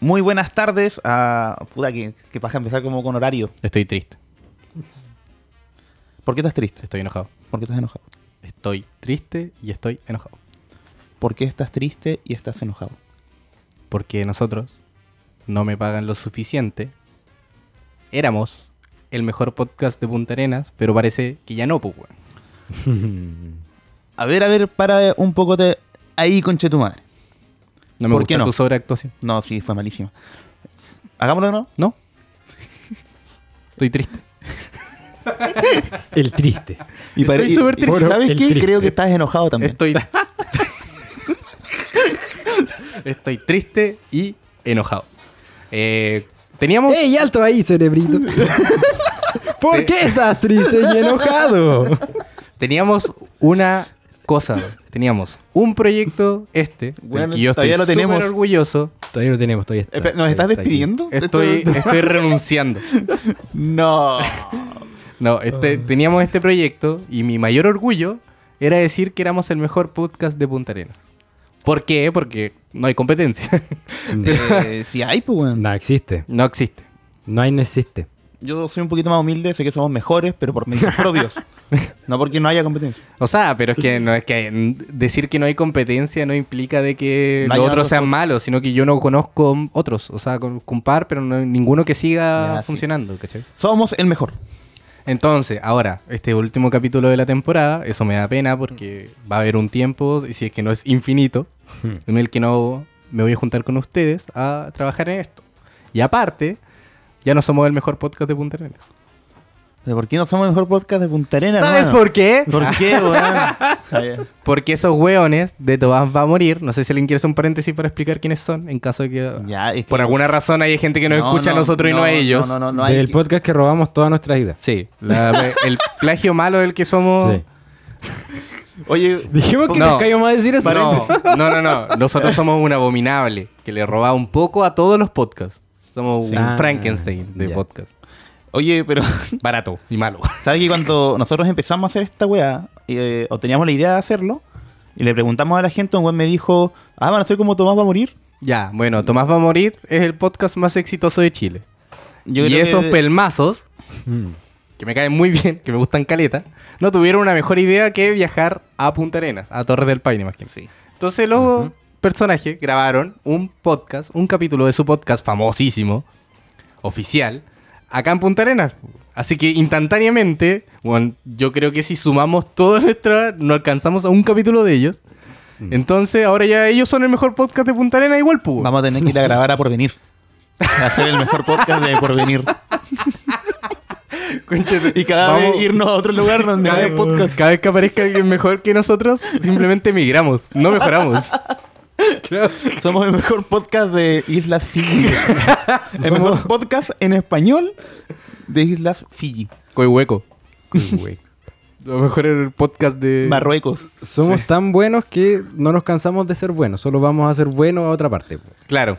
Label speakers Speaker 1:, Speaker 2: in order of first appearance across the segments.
Speaker 1: Muy buenas tardes a. Puta, que, que pasa empezar como con horario.
Speaker 2: Estoy triste.
Speaker 1: ¿Por qué estás triste?
Speaker 2: Estoy enojado.
Speaker 1: ¿Por qué estás enojado?
Speaker 2: Estoy triste y estoy enojado.
Speaker 1: ¿Por qué estás triste y estás enojado?
Speaker 2: Porque nosotros no me pagan lo suficiente. Éramos el mejor podcast de Punta Arenas, pero parece que ya no, pues, weón.
Speaker 1: A ver, a ver, para un poco de. Ahí, conche tu madre.
Speaker 2: No me
Speaker 1: ¿Por
Speaker 2: gusta
Speaker 1: qué no?
Speaker 2: tu sobreactuación.
Speaker 1: No, sí, fue malísima. Hagámoslo de nuevo.
Speaker 2: ¿No? Estoy triste.
Speaker 3: El triste.
Speaker 1: Y para-
Speaker 2: Estoy
Speaker 1: y-
Speaker 2: súper
Speaker 1: y-
Speaker 2: triste.
Speaker 1: ¿Sabes
Speaker 3: El
Speaker 1: qué?
Speaker 3: triste.
Speaker 1: Creo que estás enojado también.
Speaker 2: Estoy. estoy triste y enojado. Eh, teníamos.
Speaker 3: ¡Ey, alto ahí, cerebrito! ¿Por qué estás triste y enojado?
Speaker 2: Teníamos una cosa. güey. Teníamos un proyecto este, del
Speaker 1: Bueno,
Speaker 2: que yo estoy
Speaker 1: todavía lo
Speaker 2: súper
Speaker 1: tenemos.
Speaker 2: orgulloso.
Speaker 3: Todavía lo tenemos, todavía está.
Speaker 1: Espe- Eh, ¿Nos estás
Speaker 3: Está aquí.
Speaker 1: despidiendo?
Speaker 2: Estoy,
Speaker 1: Esto-
Speaker 2: estoy renunciando.
Speaker 1: No.
Speaker 2: No, este,
Speaker 1: Ah.
Speaker 2: teníamos este proyecto y mi mayor orgullo era decir que éramos el mejor podcast de Punta Arenas. ¿Por qué? Porque no hay competencia.
Speaker 1: Eh, si hay, pues, weón.
Speaker 3: No existe.
Speaker 2: No existe.
Speaker 3: No hay, no existe.
Speaker 1: Yo soy un poquito más humilde, sé que somos mejores, pero por medios propios. No porque no haya competencia.
Speaker 2: O sea, pero es que no es que decir que no hay competencia no implica de que
Speaker 1: No
Speaker 2: los
Speaker 1: haya
Speaker 2: otros
Speaker 1: otros
Speaker 2: sean
Speaker 1: pod-
Speaker 2: malos, sino que yo no conozco otros. O sea, con, con par, pero no- ninguno que siga
Speaker 1: Ya, sí.
Speaker 2: funcionando, ¿cachai?
Speaker 1: Somos el mejor.
Speaker 2: Entonces, ahora, este último capítulo de la temporada, eso me da pena porque va a haber un tiempo, y si es que no es infinito,
Speaker 1: Hmm.
Speaker 2: en el que no me voy a juntar con ustedes a trabajar en esto. Y aparte, ya no somos el mejor podcast de Punta Arenas.
Speaker 1: ¿Pero por qué no somos el mejor podcast de Punta Arenas?
Speaker 2: ¿Sabes
Speaker 1: hermano?
Speaker 2: por qué?
Speaker 1: ¿Por qué, weón? Ah, ya.
Speaker 2: Porque esos hueones de Tobás va a morir. No sé si alguien quiere hacer un paréntesis para explicar quiénes son, en caso de que...
Speaker 1: Ya, es que-
Speaker 2: Por alguna razón hay gente que nos
Speaker 1: No,
Speaker 2: escucha a
Speaker 1: no,
Speaker 2: nosotros y no a ellos.
Speaker 1: No, no, no, no hay
Speaker 3: Del
Speaker 1: que-
Speaker 3: podcast que robamos todas nuestras ideas.
Speaker 2: Sí, la- el plagio malo del que somos...
Speaker 3: Sí.
Speaker 1: Oye,
Speaker 3: Dijimos
Speaker 2: que No. nos caíamos
Speaker 3: a decir
Speaker 2: No, no, no, no. Nosotros somos un abominable que le roba un poco a todos los podcasts. Somos
Speaker 3: Sí.
Speaker 2: un
Speaker 3: Ah,
Speaker 2: Frankenstein de
Speaker 3: ya.
Speaker 2: podcast.
Speaker 1: oye, pero
Speaker 2: Barato y malo.
Speaker 1: ¿sabes que cuando nosotros empezamos a hacer esta weá, eh, o teníamos la idea de hacerlo, y le preguntamos a la gente, un weón me dijo, ah, van a ser como Tomás va a morir.
Speaker 2: Ya, bueno, Tomás va a morir es el podcast más exitoso de Chile.
Speaker 1: Yo
Speaker 2: y
Speaker 1: creo
Speaker 2: esos
Speaker 1: que- Mm.
Speaker 2: pelmazos, que me caen muy bien, que me gustan caleta, no tuvieron una mejor idea que viajar a Punta Arenas, a Torres del Paine, más que nada.
Speaker 1: Sí.
Speaker 2: Entonces los personajes grabaron un podcast, un capítulo de su podcast famosísimo, oficial, acá en Punta Arenas. Así que instantáneamente, bueno, yo creo que si sumamos todo nuestra, no alcanzamos a un capítulo de ellos.
Speaker 1: Mm.
Speaker 2: Entonces ahora ya ellos son el mejor podcast de Punta Arenas igual, pues.
Speaker 1: Vamos a tener que ir a grabar a Porvenir. A hacer el mejor podcast de Porvenir. Y cada
Speaker 2: Vamos-
Speaker 1: vez irnos a otro lugar donde no
Speaker 2: Cada
Speaker 1: hay
Speaker 2: vez,
Speaker 1: podcast.
Speaker 2: cada vez que aparezca alguien mejor que nosotros, simplemente migramos, no mejoramos.
Speaker 1: Somos el mejor podcast de Islas Fiji. el mejor podcast en español de Islas Fiji.
Speaker 2: Coihueco. A lo mejor era el podcast de.
Speaker 1: Marruecos.
Speaker 3: Somos tan buenos que no nos cansamos de ser buenos. Solo vamos a ser buenos a otra parte.
Speaker 2: Claro.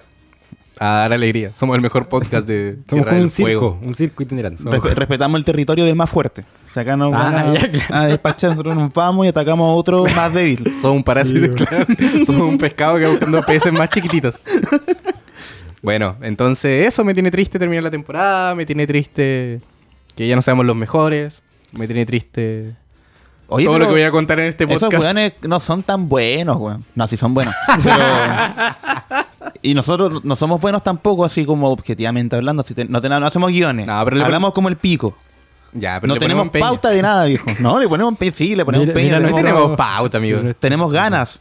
Speaker 2: A dar alegría. Somos el mejor podcast de. Tierra
Speaker 3: Somos como
Speaker 2: del
Speaker 3: un circo,
Speaker 2: Fuego.
Speaker 3: un circo itinerante.
Speaker 1: Respe- respetamos el territorio del más fuerte. O sea, acá nos
Speaker 3: Ah,
Speaker 1: van a,
Speaker 3: ya, claro.
Speaker 1: a despachar, nosotros nos vamos y atacamos a otro más débil.
Speaker 2: Somos un parásito,
Speaker 3: Sí,
Speaker 2: claro. Somos un pescado que va buscando peces más chiquititos. Bueno, entonces eso me tiene triste terminar la temporada. Me tiene triste que ya no seamos los mejores. Me tiene triste.
Speaker 1: Oye,
Speaker 2: todo lo
Speaker 1: pero
Speaker 2: que voy a contar en este podcast.
Speaker 1: Esos weones no son tan buenos, weón. No, sí son buenos. Pero- y nosotros no somos buenos tampoco, así como objetivamente hablando. Así te- no, te- no hacemos guiones.
Speaker 2: No, pero le-
Speaker 1: Hablamos como el pico.
Speaker 2: Ya, pero
Speaker 1: no
Speaker 2: le ponemos
Speaker 1: tenemos
Speaker 2: empeño.
Speaker 1: pauta de nada, viejo. No, le ponemos empeño. Sí, le ponemos
Speaker 3: Mira-
Speaker 1: empeño.
Speaker 3: mira
Speaker 2: No
Speaker 3: nuestra-
Speaker 1: tenemos,
Speaker 2: tenemos pauta, amigo.
Speaker 3: Pero-
Speaker 1: tenemos ganas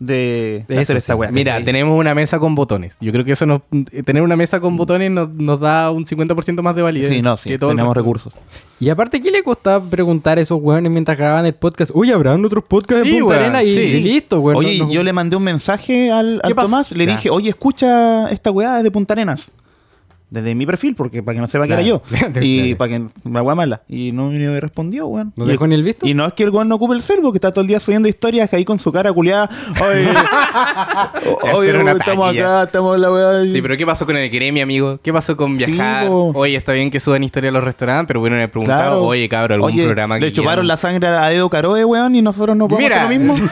Speaker 1: de
Speaker 3: Eso
Speaker 1: hacer esta
Speaker 3: sí.
Speaker 1: weá.
Speaker 2: Mira, tenemos una mesa con botones. Yo creo que eso nos, tener una mesa con botones nos, nos da un 50% más de validez.
Speaker 1: Sí, no, sí.
Speaker 2: que todo el
Speaker 1: Tenemos
Speaker 2: resto.
Speaker 1: recursos.
Speaker 3: Y aparte, ¿qué le costaba preguntar a esos hueones mientras grababan el podcast? Uy, ¿habrán otros podcasts
Speaker 2: Sí,
Speaker 3: en Punta
Speaker 2: weón,
Speaker 3: Arenas? Y,
Speaker 2: sí.
Speaker 3: y listo, weón.
Speaker 1: oye,
Speaker 3: no- no-
Speaker 1: yo le mandé un mensaje al, al
Speaker 2: ¿Qué pasó?
Speaker 1: Tomás. Le
Speaker 2: Ya.
Speaker 1: dije, oye, escucha esta weá desde Punta Arenas. Desde mi perfil, porque para que no sepa que era
Speaker 3: Claro.
Speaker 1: yo. y para que la weá mala. Y no me respondió, weón.
Speaker 3: ¿No
Speaker 1: Y-
Speaker 3: dejó ni el visto?
Speaker 1: Y no es que el weón no ocupe el servo, que está todo el día subiendo historias que ahí con su cara culiada. Oye, oye,
Speaker 2: Pero un
Speaker 1: weón, estamos
Speaker 2: ataque,
Speaker 1: acá, estamos en la weá. y-
Speaker 2: Sí, pero ¿qué pasó con el gremio, amigo? ¿Qué pasó con
Speaker 1: Sí,
Speaker 2: viajar?
Speaker 1: po.
Speaker 2: Oye, está bien que suban historia a los restaurantes, pero bueno, me he preguntado,
Speaker 1: Claro.
Speaker 2: oye, cabrón, algún
Speaker 1: Oye,
Speaker 2: programa
Speaker 1: Le
Speaker 2: que
Speaker 1: chuparon
Speaker 2: quieran?
Speaker 1: la sangre a Edo Caroe, weón, y nosotros no podemos
Speaker 2: Mira.
Speaker 1: hacer lo mismo.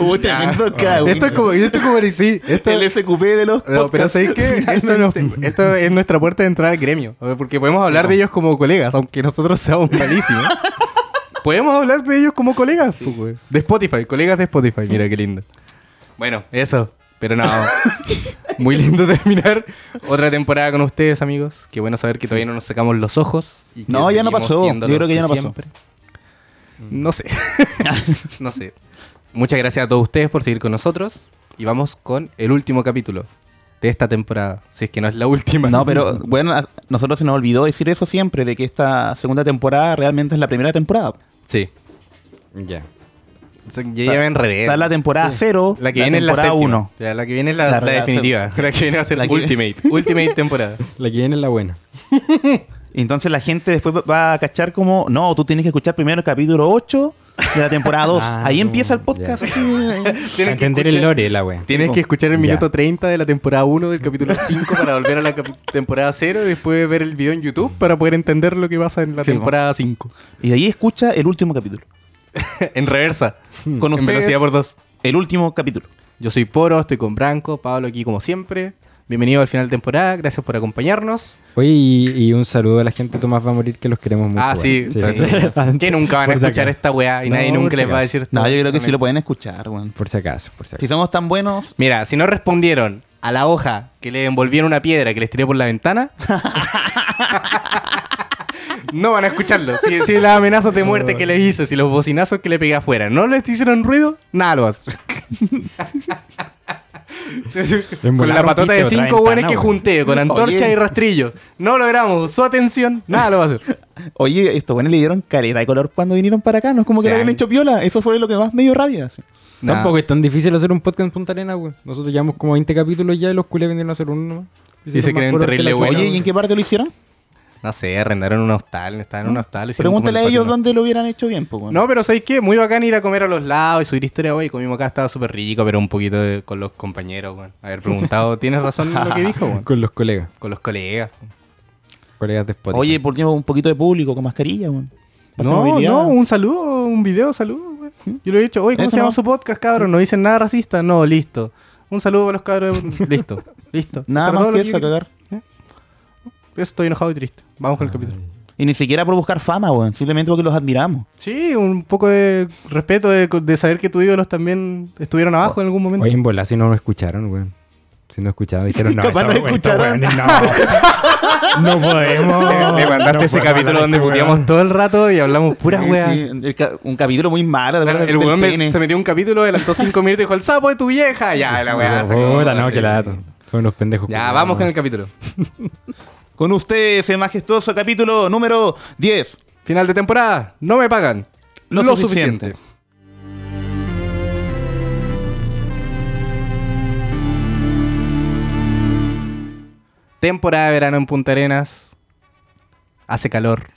Speaker 1: Uy, tremendo cagüín.
Speaker 2: Esto es como, esto es como, sí, esto,
Speaker 1: el SQP de los
Speaker 2: No, pero
Speaker 1: podcasts.
Speaker 2: ¿sabéis qué? Esto, nos- esto es nuestra puerta de entrada al gremio. Porque podemos hablar de ellos como colegas, aunque nosotros seamos malísimos. podemos hablar de ellos como colegas. pues, güey. De Spotify, colegas de Spotify. Mira qué lindo. Bueno, eso. Pero no. Muy lindo terminar otra temporada con ustedes, amigos. Qué bueno saber que todavía no nos sacamos los ojos. y que
Speaker 1: No, ya no
Speaker 2: seguimos
Speaker 1: pasó.
Speaker 2: siendo
Speaker 1: Yo
Speaker 2: los
Speaker 1: creo que ya no
Speaker 2: de
Speaker 1: pasó.
Speaker 2: siempre. No sé. no sé. Muchas gracias a todos ustedes por seguir con nosotros. Y vamos con el último capítulo de esta temporada. Si es que no es la última.
Speaker 1: No, pero bueno, a nosotros se nos olvidó decir eso siempre, de que esta segunda temporada realmente es la primera temporada.
Speaker 2: Sí.
Speaker 4: Ya.
Speaker 2: O sea, Ya me enredé.
Speaker 1: Está la temporada cero,
Speaker 2: Eh, La que viene es la
Speaker 1: temporada
Speaker 2: séptima.
Speaker 1: uno.
Speaker 2: Ya, la que viene es la,
Speaker 1: Claro,
Speaker 2: la
Speaker 1: la
Speaker 2: definitiva. La que viene va a ser
Speaker 1: La que-
Speaker 2: Ultimate. Ultimate temporada.
Speaker 3: La que viene es la buena.
Speaker 1: Entonces la gente después va- va a cachar como, no, tú tienes que escuchar primero el capítulo 8 de la temporada 2.
Speaker 3: Ah,
Speaker 1: Ahí
Speaker 3: no,
Speaker 1: empieza el podcast.
Speaker 3: ya.
Speaker 1: así.
Speaker 2: Tienen
Speaker 4: Para
Speaker 2: que
Speaker 4: entender el
Speaker 2: escuchar-
Speaker 4: lore, la wea.
Speaker 2: Tienes
Speaker 1: Sí,
Speaker 2: que escuchar el
Speaker 4: ya.
Speaker 2: minuto 30 de la temporada 1 del capítulo 5 para volver a la capi- temporada 0 y después ver el video en YouTube para poder entender lo que pasa en la
Speaker 1: Sí, po.
Speaker 2: temporada 5.
Speaker 1: Y de ahí escucha el último capítulo.
Speaker 2: en reversa.
Speaker 1: Con
Speaker 2: en
Speaker 1: ustedes,
Speaker 2: velocidad por dos.
Speaker 1: el último capítulo.
Speaker 2: Yo soy Poro, estoy con Branco, Pablo aquí como siempre. Bienvenido al final de temporada, gracias por acompañarnos.
Speaker 3: Oye, y, y un saludo a la gente Tomás va a morir que los queremos mucho.
Speaker 2: ah, sí,
Speaker 3: güey.
Speaker 2: sí. que nunca van a
Speaker 3: Por si
Speaker 2: escuchar
Speaker 3: acaso.
Speaker 2: esta weá y
Speaker 3: No,
Speaker 2: nadie
Speaker 3: por
Speaker 2: nunca
Speaker 3: si
Speaker 2: les va a
Speaker 3: acaso.
Speaker 2: decir esta
Speaker 1: No, yo
Speaker 2: weá.
Speaker 1: creo que sí lo pueden escuchar, weón.
Speaker 3: Por si acaso, por si
Speaker 1: Si
Speaker 3: acaso.
Speaker 1: somos tan buenos,
Speaker 2: Mira, si no respondieron a la hoja que le envolvieron una piedra que les tiré por la ventana, no van a escucharlo. Si, si las amenazas de muerte que les hice, si los bocinazos que le pegué afuera no les hicieron ruido, nada lo vas. Sí, sí. Con
Speaker 4: volar
Speaker 2: la patota de
Speaker 4: rompiste otra
Speaker 2: cinco buenos
Speaker 4: ventana,
Speaker 2: que
Speaker 4: weón.
Speaker 2: junté, con antorcha
Speaker 1: Oye.
Speaker 2: y rastrillo, no logramos su atención, nada lo va a hacer.
Speaker 1: Oye, estos buenos le dieron careta de color cuando vinieron para acá. No es como que
Speaker 2: Sí,
Speaker 1: le habían
Speaker 2: hay-
Speaker 1: hecho piola. Eso fue lo que más me dio rabia. así.
Speaker 3: Tampoco es tan difícil hacer un podcast en Punta Arena, güey. Nosotros llevamos como 20 capítulos ya y los cules vinieron a hacer uno nomás.
Speaker 2: Y se
Speaker 3: más
Speaker 2: creen
Speaker 3: poros que
Speaker 2: terrible
Speaker 3: la
Speaker 2: Bueno,
Speaker 1: Oye,
Speaker 3: chucha,
Speaker 1: ¿y en qué parte lo hicieron?
Speaker 2: No sé, arrendaron un hostal, estaban en un hostal. hicieron como
Speaker 1: Pregúntale a
Speaker 2: el
Speaker 1: ellos
Speaker 2: patio-
Speaker 1: dónde lo hubieran hecho bien, pues, weón.
Speaker 2: No, pero ¿sabéis qué? Muy bacán ir a comer a los lados y subir historia hoy. Comimos acá, estaba súper rico, pero un poquito de- con los compañeros, weón. Haber preguntado, ¿tienes razón en lo que dijo, weón?
Speaker 3: Con los colegas.
Speaker 2: Con los colegas.
Speaker 3: Colegas de Spotify.
Speaker 1: Oye, por último, un poquito de público con mascarilla, weón. Pase
Speaker 2: No,
Speaker 1: movilidad.
Speaker 2: no, un saludo, un video, saludo, weón. Yo le he dicho, oye, ¿cómo
Speaker 1: Eso
Speaker 2: se llama
Speaker 1: no.
Speaker 2: su podcast, cabrón? ¿No dicen nada racista? No, listo. Un saludo para los cabros. listo, listo.
Speaker 1: Nada
Speaker 2: Eso
Speaker 1: más
Speaker 2: era todo lo
Speaker 1: que
Speaker 2: yo
Speaker 1: eso, a
Speaker 2: quería.
Speaker 1: cagar.
Speaker 2: Estoy enojado y triste. Vamos con el capítulo.
Speaker 1: Y ni siquiera por buscar fama, weón. Simplemente porque los admiramos.
Speaker 2: Sí, un poco de respeto de, de saber que tus ídolos también estuvieron abajo en algún momento.
Speaker 3: Oye, en bola, si no nos escucharon, güey. Si no escucharon, dijeron, no,
Speaker 1: Capaz
Speaker 3: estos-
Speaker 1: no
Speaker 3: estos
Speaker 1: escucharon.
Speaker 3: güeyes, no. no podemos.
Speaker 2: Le mandaste
Speaker 3: No
Speaker 2: ese
Speaker 3: podemos
Speaker 2: capítulo
Speaker 3: hablar
Speaker 2: donde
Speaker 3: de este
Speaker 2: puteamos todo el rato y hablamos puras
Speaker 1: Sí,
Speaker 2: weas.
Speaker 1: sí, el ca- un capítulo muy malo, de verdad.
Speaker 2: El
Speaker 1: del
Speaker 2: weón me-
Speaker 1: pene.
Speaker 2: se metió un capítulo, adelantó cinco minutos y dijo: El sapo de tu vieja. Ya, la weá. se acabó.
Speaker 3: Puta, no, que la dato. Son unos pendejos.
Speaker 2: Ya, vamos con el capítulo.
Speaker 1: Con ustedes, el majestuoso capítulo número 10.
Speaker 2: Final de temporada. No me pagan.
Speaker 1: Lo
Speaker 2: Lo,
Speaker 1: suficiente.
Speaker 2: suficiente. Temporada de verano en Punta Arenas. Hace calor.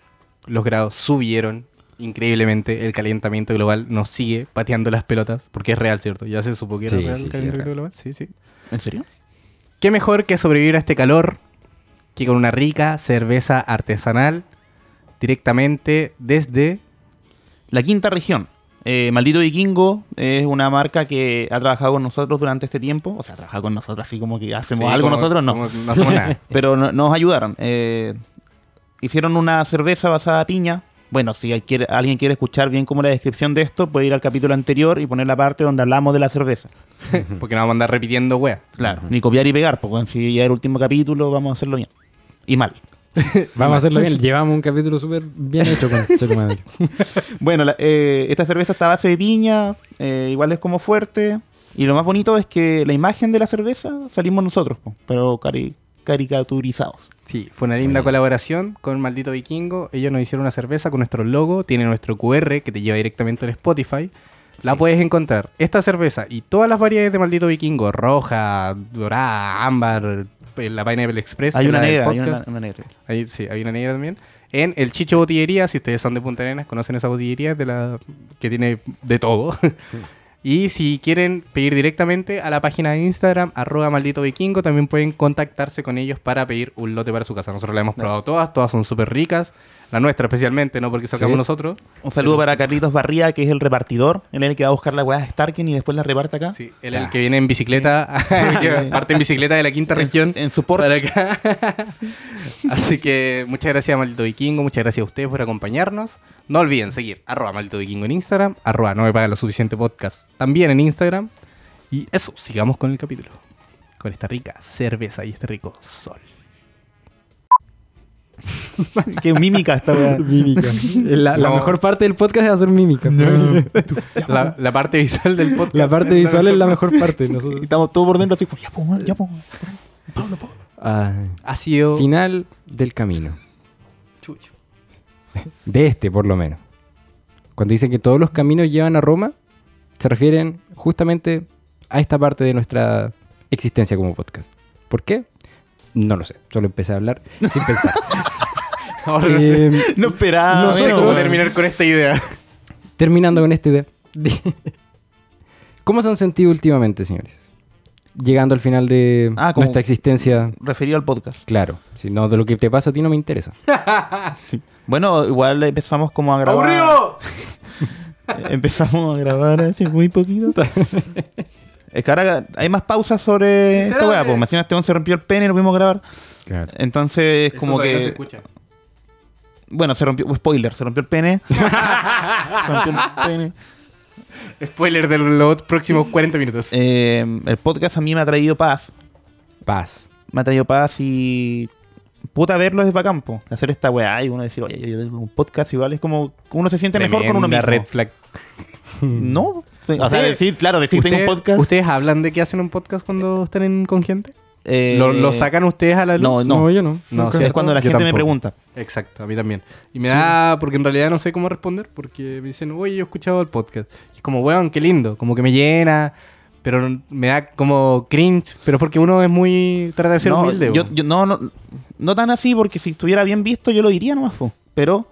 Speaker 2: Los grados subieron increíblemente. El calentamiento global nos sigue pateando las pelotas. Porque es real, ¿cierto? Ya se supo que era
Speaker 3: Sí,
Speaker 2: real el
Speaker 3: sí, sí, es
Speaker 2: calentamiento
Speaker 3: real.
Speaker 2: global. Sí, sí.
Speaker 1: ¿En serio?
Speaker 2: ¿Qué mejor que sobrevivir a este calor que con una rica cerveza artesanal directamente desde...
Speaker 1: La quinta región. Eh, Maldito Vikingo es una marca que ha trabajado con nosotros durante este tiempo. O sea, ha trabajado con nosotros así como que hacemos
Speaker 2: Sí,
Speaker 1: algo
Speaker 2: como-
Speaker 1: nosotros, no.
Speaker 2: como No hacemos nada.
Speaker 1: Pero no- nos ayudaron. Eh, hicieron una cerveza basada a piña. Bueno, si hay- quiere- alguien quiere escuchar bien como la descripción de esto, puede ir al capítulo anterior y poner la parte donde hablamos de la cerveza.
Speaker 2: Porque no vamos a andar repitiendo, wea.
Speaker 1: Claro, ni copiar y pegar, porque si ya era el último capítulo, vamos a hacerlo bien. Y mal.
Speaker 3: Vamos a hacerlo bien. Llevamos un capítulo súper bien hecho con Cheto Madre.
Speaker 1: Bueno, la- eh, esta cerveza está a base de piña, eh, igual es como fuerte. Y lo más bonito es que la imagen de la cerveza salimos nosotros, po, pero cari- caricaturizados.
Speaker 2: Sí, fue una linda colaboración con Maldito Vikingo. Ellos nos hicieron una cerveza con nuestro logo. Tiene nuestro QR que te lleva directamente al Spotify. La puedes encontrar. Esta cerveza y todas las variedades de Maldito Vikingo. Roja, dorada, ámbar, en la Pineapple Express.
Speaker 1: Hay
Speaker 2: en
Speaker 1: una
Speaker 2: la del
Speaker 1: negra, hay
Speaker 2: podcast.
Speaker 1: una, una negra.
Speaker 2: Ahí, sí, hay una negra también. En el Chicho Botillería, si ustedes son de Punta Arenas, conocen esa botillería de la que tiene de todo. Y si quieren pedir directamente a la página de Instagram, arroba maldito vikingo, también pueden contactarse con ellos para pedir un lote para su casa. Nosotros la hemos probado todas, todas son súper ricas. La nuestra especialmente, no porque salgamos
Speaker 3: Sí.
Speaker 2: nosotros.
Speaker 1: Un saludo para Carlitos Barría, que es el repartidor. Él es el que va a buscar la weá de Starken y después la reparte acá.
Speaker 2: Sí, él es el que viene en bicicleta, el que parte en bicicleta de la quinta
Speaker 1: En-
Speaker 2: región.
Speaker 1: En, su porche.
Speaker 2: para acá. Así que muchas gracias a Maldito Vikingo, muchas gracias a ustedes por acompañarnos. No olviden seguir arroba Maldito Vikingo en Instagram, arroba no me paga lo suficiente podcast también en Instagram. Y eso, sigamos con el capítulo. Con esta rica cerveza y este rico sol.
Speaker 1: Qué mímica esta weá.
Speaker 3: Mímica. La, la
Speaker 2: No.
Speaker 3: mejor parte del podcast es hacer mímica.
Speaker 2: La, la parte visual del podcast.
Speaker 3: La parte visual es la mejor parte.
Speaker 1: Y
Speaker 3: Nosotros...
Speaker 1: estamos todos por dentro así, ya po, ya po.
Speaker 3: Ah,
Speaker 2: Ha sido...
Speaker 3: final del camino.
Speaker 2: Chucho.
Speaker 3: De este, por lo menos. Cuando dicen que todos los caminos llevan a Roma, se refieren justamente a esta parte de nuestra existencia como podcast. ¿Por qué? No lo sé. Solo empecé a hablar sin pensar.
Speaker 2: Ahora no sé
Speaker 3: Em,
Speaker 1: No esperaba.
Speaker 3: Nosotros-
Speaker 1: menos,
Speaker 2: cómo
Speaker 1: weón.
Speaker 2: terminar con esta idea.
Speaker 3: terminando con esta idea. ¿Cómo se han sentido últimamente, señores? Llegando al final de
Speaker 1: Ah, como-
Speaker 3: nuestra existencia.
Speaker 1: Referido al podcast.
Speaker 3: Claro, si no, de lo que te pasa a ti no me interesa.
Speaker 1: Bueno, igual empezamos como a grabar.
Speaker 2: ¡Aburrido!
Speaker 1: Empezamos a grabar hace muy poquito. es que ahora hay más pausas sobre esta weá, pues. Me encima este weón se rompió el pene y no pudimos grabar.
Speaker 3: Claro.
Speaker 1: Entonces,
Speaker 2: Eso
Speaker 1: como
Speaker 2: todavía
Speaker 1: que.
Speaker 2: no se escucha.
Speaker 1: Bueno, se rompió. Spoiler, se rompió el pene. se rompió el pene.
Speaker 2: Spoiler de los próximos 40 minutos.
Speaker 1: Eh, el podcast a mí me ha traído paz.
Speaker 3: Paz.
Speaker 1: Me ha traído paz y. Puta verlo es bacán, po. Hacer esta weá y uno decir, oye, yo yo tengo un podcast igual. Es como. Uno se siente mejor con uno
Speaker 2: Tremenda
Speaker 1: mismo.
Speaker 2: red flag.
Speaker 1: No. sí, O sea,
Speaker 2: Ustedes-
Speaker 1: decir, claro, decir tengo un
Speaker 2: ¿Ustedes-
Speaker 1: podcast.
Speaker 2: ¿Ustedes hablan de que hacen un podcast cuando están en- con gente?
Speaker 1: eh,
Speaker 2: ¿Lo, lo sacan ustedes a la luz?
Speaker 1: No,
Speaker 3: No, yo no.
Speaker 2: No,
Speaker 3: Nunca.
Speaker 2: sí,
Speaker 1: Es cuando la
Speaker 2: Yo
Speaker 1: gente me
Speaker 2: tampoco.
Speaker 1: pregunta.
Speaker 2: Exacto, a mí también. Y me da, porque en realidad no sé cómo responder, porque me dicen, oye, yo he escuchado el podcast. Y es como, weón, qué lindo, como que me llena, pero me da como cringe, pero es porque uno es muy, trata de ser
Speaker 1: no,
Speaker 2: humilde.
Speaker 1: yo-
Speaker 2: weón.
Speaker 1: yo- no, no, no tan así, porque si estuviera bien visto, yo lo diría nomás, po. Pero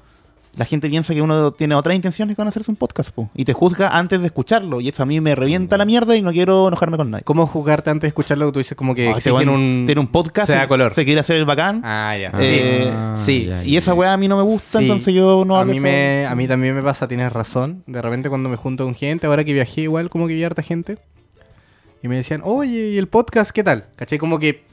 Speaker 1: la gente piensa que uno tiene otras intenciones con hacerse un podcast, po. Y te juzga antes de escucharlo. Y eso a mí me revienta la mierda y no quiero enojarme con nadie.
Speaker 2: ¿Cómo jugarte antes de escucharlo? Tú dices como que
Speaker 1: Ah, este
Speaker 2: exigen
Speaker 1: weón
Speaker 2: un...
Speaker 1: tiene un podcast,
Speaker 2: se da color.
Speaker 1: se quiere hacer el bacán.
Speaker 2: Ah, ya.
Speaker 3: Ah,
Speaker 1: Eh,
Speaker 2: sí.
Speaker 3: ya,
Speaker 1: y
Speaker 3: ya,
Speaker 1: esa
Speaker 3: ya.
Speaker 1: weá a mí no me gusta,
Speaker 2: Sí.
Speaker 1: entonces yo no
Speaker 2: a
Speaker 1: hablo
Speaker 2: mí
Speaker 1: sobre-
Speaker 2: me, a mí también me pasa, tienes razón. De repente cuando me junto con gente, ahora que viajé igual, como que vi harta gente. Y me decían, oye, ¿y el podcast qué tal? ¿Cachai? Como que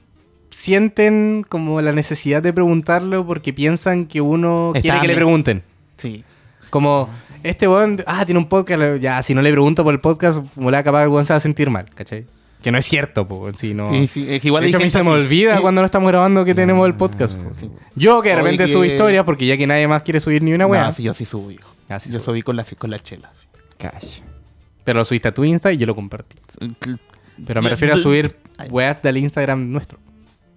Speaker 2: sienten como la necesidad de preguntarlo porque piensan que uno
Speaker 1: Está
Speaker 2: quiere que le
Speaker 1: bien.
Speaker 2: pregunten.
Speaker 1: Sí.
Speaker 2: Como, este weón, ah, tiene un podcast, ya, si no le pregunto por el podcast, como la capaz el weón se va a sentir mal, ¿cachai? Que no es cierto, po, en sí, no.
Speaker 1: Sí, sí, es que igual
Speaker 2: de
Speaker 1: hay
Speaker 2: hecho, a mí
Speaker 1: gente
Speaker 2: se me
Speaker 1: así.
Speaker 2: olvida
Speaker 1: Eh,
Speaker 2: cuando no estamos grabando que tenemos el podcast. po.
Speaker 1: sí.
Speaker 2: Yo que de
Speaker 1: Oye,
Speaker 2: repente
Speaker 1: que-
Speaker 2: subo historias porque ya que nadie más quiere subir ni una
Speaker 1: no,
Speaker 2: weá.
Speaker 1: sí, yo sí subo, hijo.
Speaker 2: Ah, sí
Speaker 1: yo
Speaker 2: subo.
Speaker 1: subí con la, con la chela. sí.
Speaker 3: Cash.
Speaker 2: Pero lo subiste a tu Insta y yo lo compartí. Pero me refiero a subir
Speaker 1: Ay.
Speaker 2: weas del Instagram nuestro.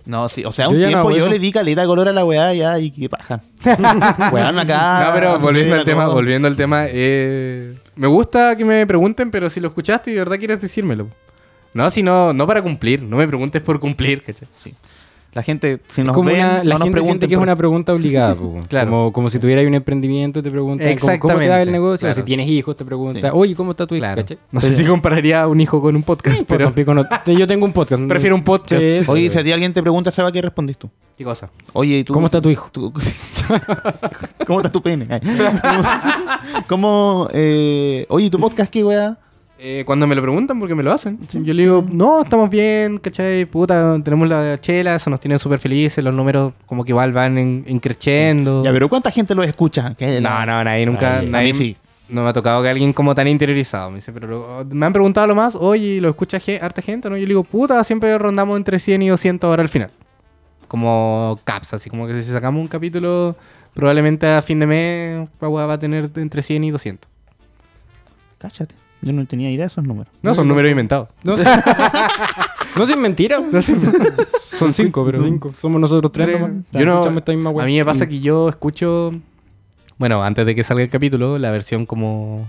Speaker 1: No, sí, o sea,
Speaker 3: Yo
Speaker 1: un
Speaker 3: ya no
Speaker 1: tiempo
Speaker 3: hago
Speaker 1: yo
Speaker 3: eso.
Speaker 1: le di caleta de color a la weá ya y que paja. Weón acá.
Speaker 2: no, pero
Speaker 1: se
Speaker 2: volviendo
Speaker 1: la
Speaker 2: al tema,
Speaker 1: cosa.
Speaker 2: volviendo al tema, eh, me gusta que me pregunten, pero si lo escuchaste y de verdad quieres decírmelo. No, si no, no para cumplir, no me preguntes por cumplir, ¿cachai?
Speaker 1: La gente, si
Speaker 3: Es
Speaker 1: nos
Speaker 3: como
Speaker 1: ven,
Speaker 3: una-
Speaker 1: no nos
Speaker 3: la gente siente
Speaker 1: pregunten
Speaker 3: que es
Speaker 1: por-
Speaker 3: una pregunta obligada. po.
Speaker 2: Claro.
Speaker 3: Como, como si tuvieras un emprendimiento, te preguntan ¿cómo, cómo te da el
Speaker 2: Exactamente,
Speaker 3: negocio.
Speaker 2: claro.
Speaker 3: Si tienes hijos, te preguntan,
Speaker 1: Sí.
Speaker 3: oye, ¿cómo está tu hijo? ¿Cachai?
Speaker 2: No sé si compararía a un hijo con un podcast,
Speaker 3: Pero
Speaker 2: pero
Speaker 3: tampoco no- yo tengo un podcast.
Speaker 2: prefiero un podcast.
Speaker 3: Sí.
Speaker 1: Oye, si a ti alguien te pregunta, Seba, ¿qué respondes tú?
Speaker 2: ¿Qué cosa?
Speaker 1: Oye, ¿y tú,
Speaker 3: ¿Cómo está tu hijo?
Speaker 1: tú- ¿Cómo está tu pene? Ay. ¿Cómo, eh, oye, ¿tu podcast qué, weá?
Speaker 2: Eh, cuando me lo preguntan, porque me lo hacen. Yo le digo, no, estamos bien, ¿cachai? Puta, tenemos la chela, eso nos tiene súper felices, los números como que van, van en, en creciendo.
Speaker 1: Ya, pero ¿cuánta gente lo escucha? Que
Speaker 2: No, no, nadie nunca.
Speaker 3: Nadie.
Speaker 2: nadie-
Speaker 1: A mí sí.
Speaker 2: No me ha tocado que alguien como tan interiorizado. Me dice, pero lo- me han preguntado lo más, oye, ¿lo escucha ge- harta gente? o ¿no? Yo le digo, puta, siempre rondamos entre 100 y 200 ahora al final. Como caps, así como que si sacamos un capítulo, probablemente a fin de mes la weá va a tener entre 100 y 200.
Speaker 1: Cállate. Yo no tenía idea de esos números.
Speaker 2: No, son números inventados.
Speaker 3: No, sé. no soy mentira.
Speaker 2: Son cinco, pero.
Speaker 3: Cinco. Somos nosotros tres. nomás.
Speaker 2: Yo no,
Speaker 3: Escuchamos esta misma
Speaker 2: a
Speaker 3: wea.
Speaker 2: mí me pasa que yo escucho, bueno, antes de que salga el capítulo, la versión como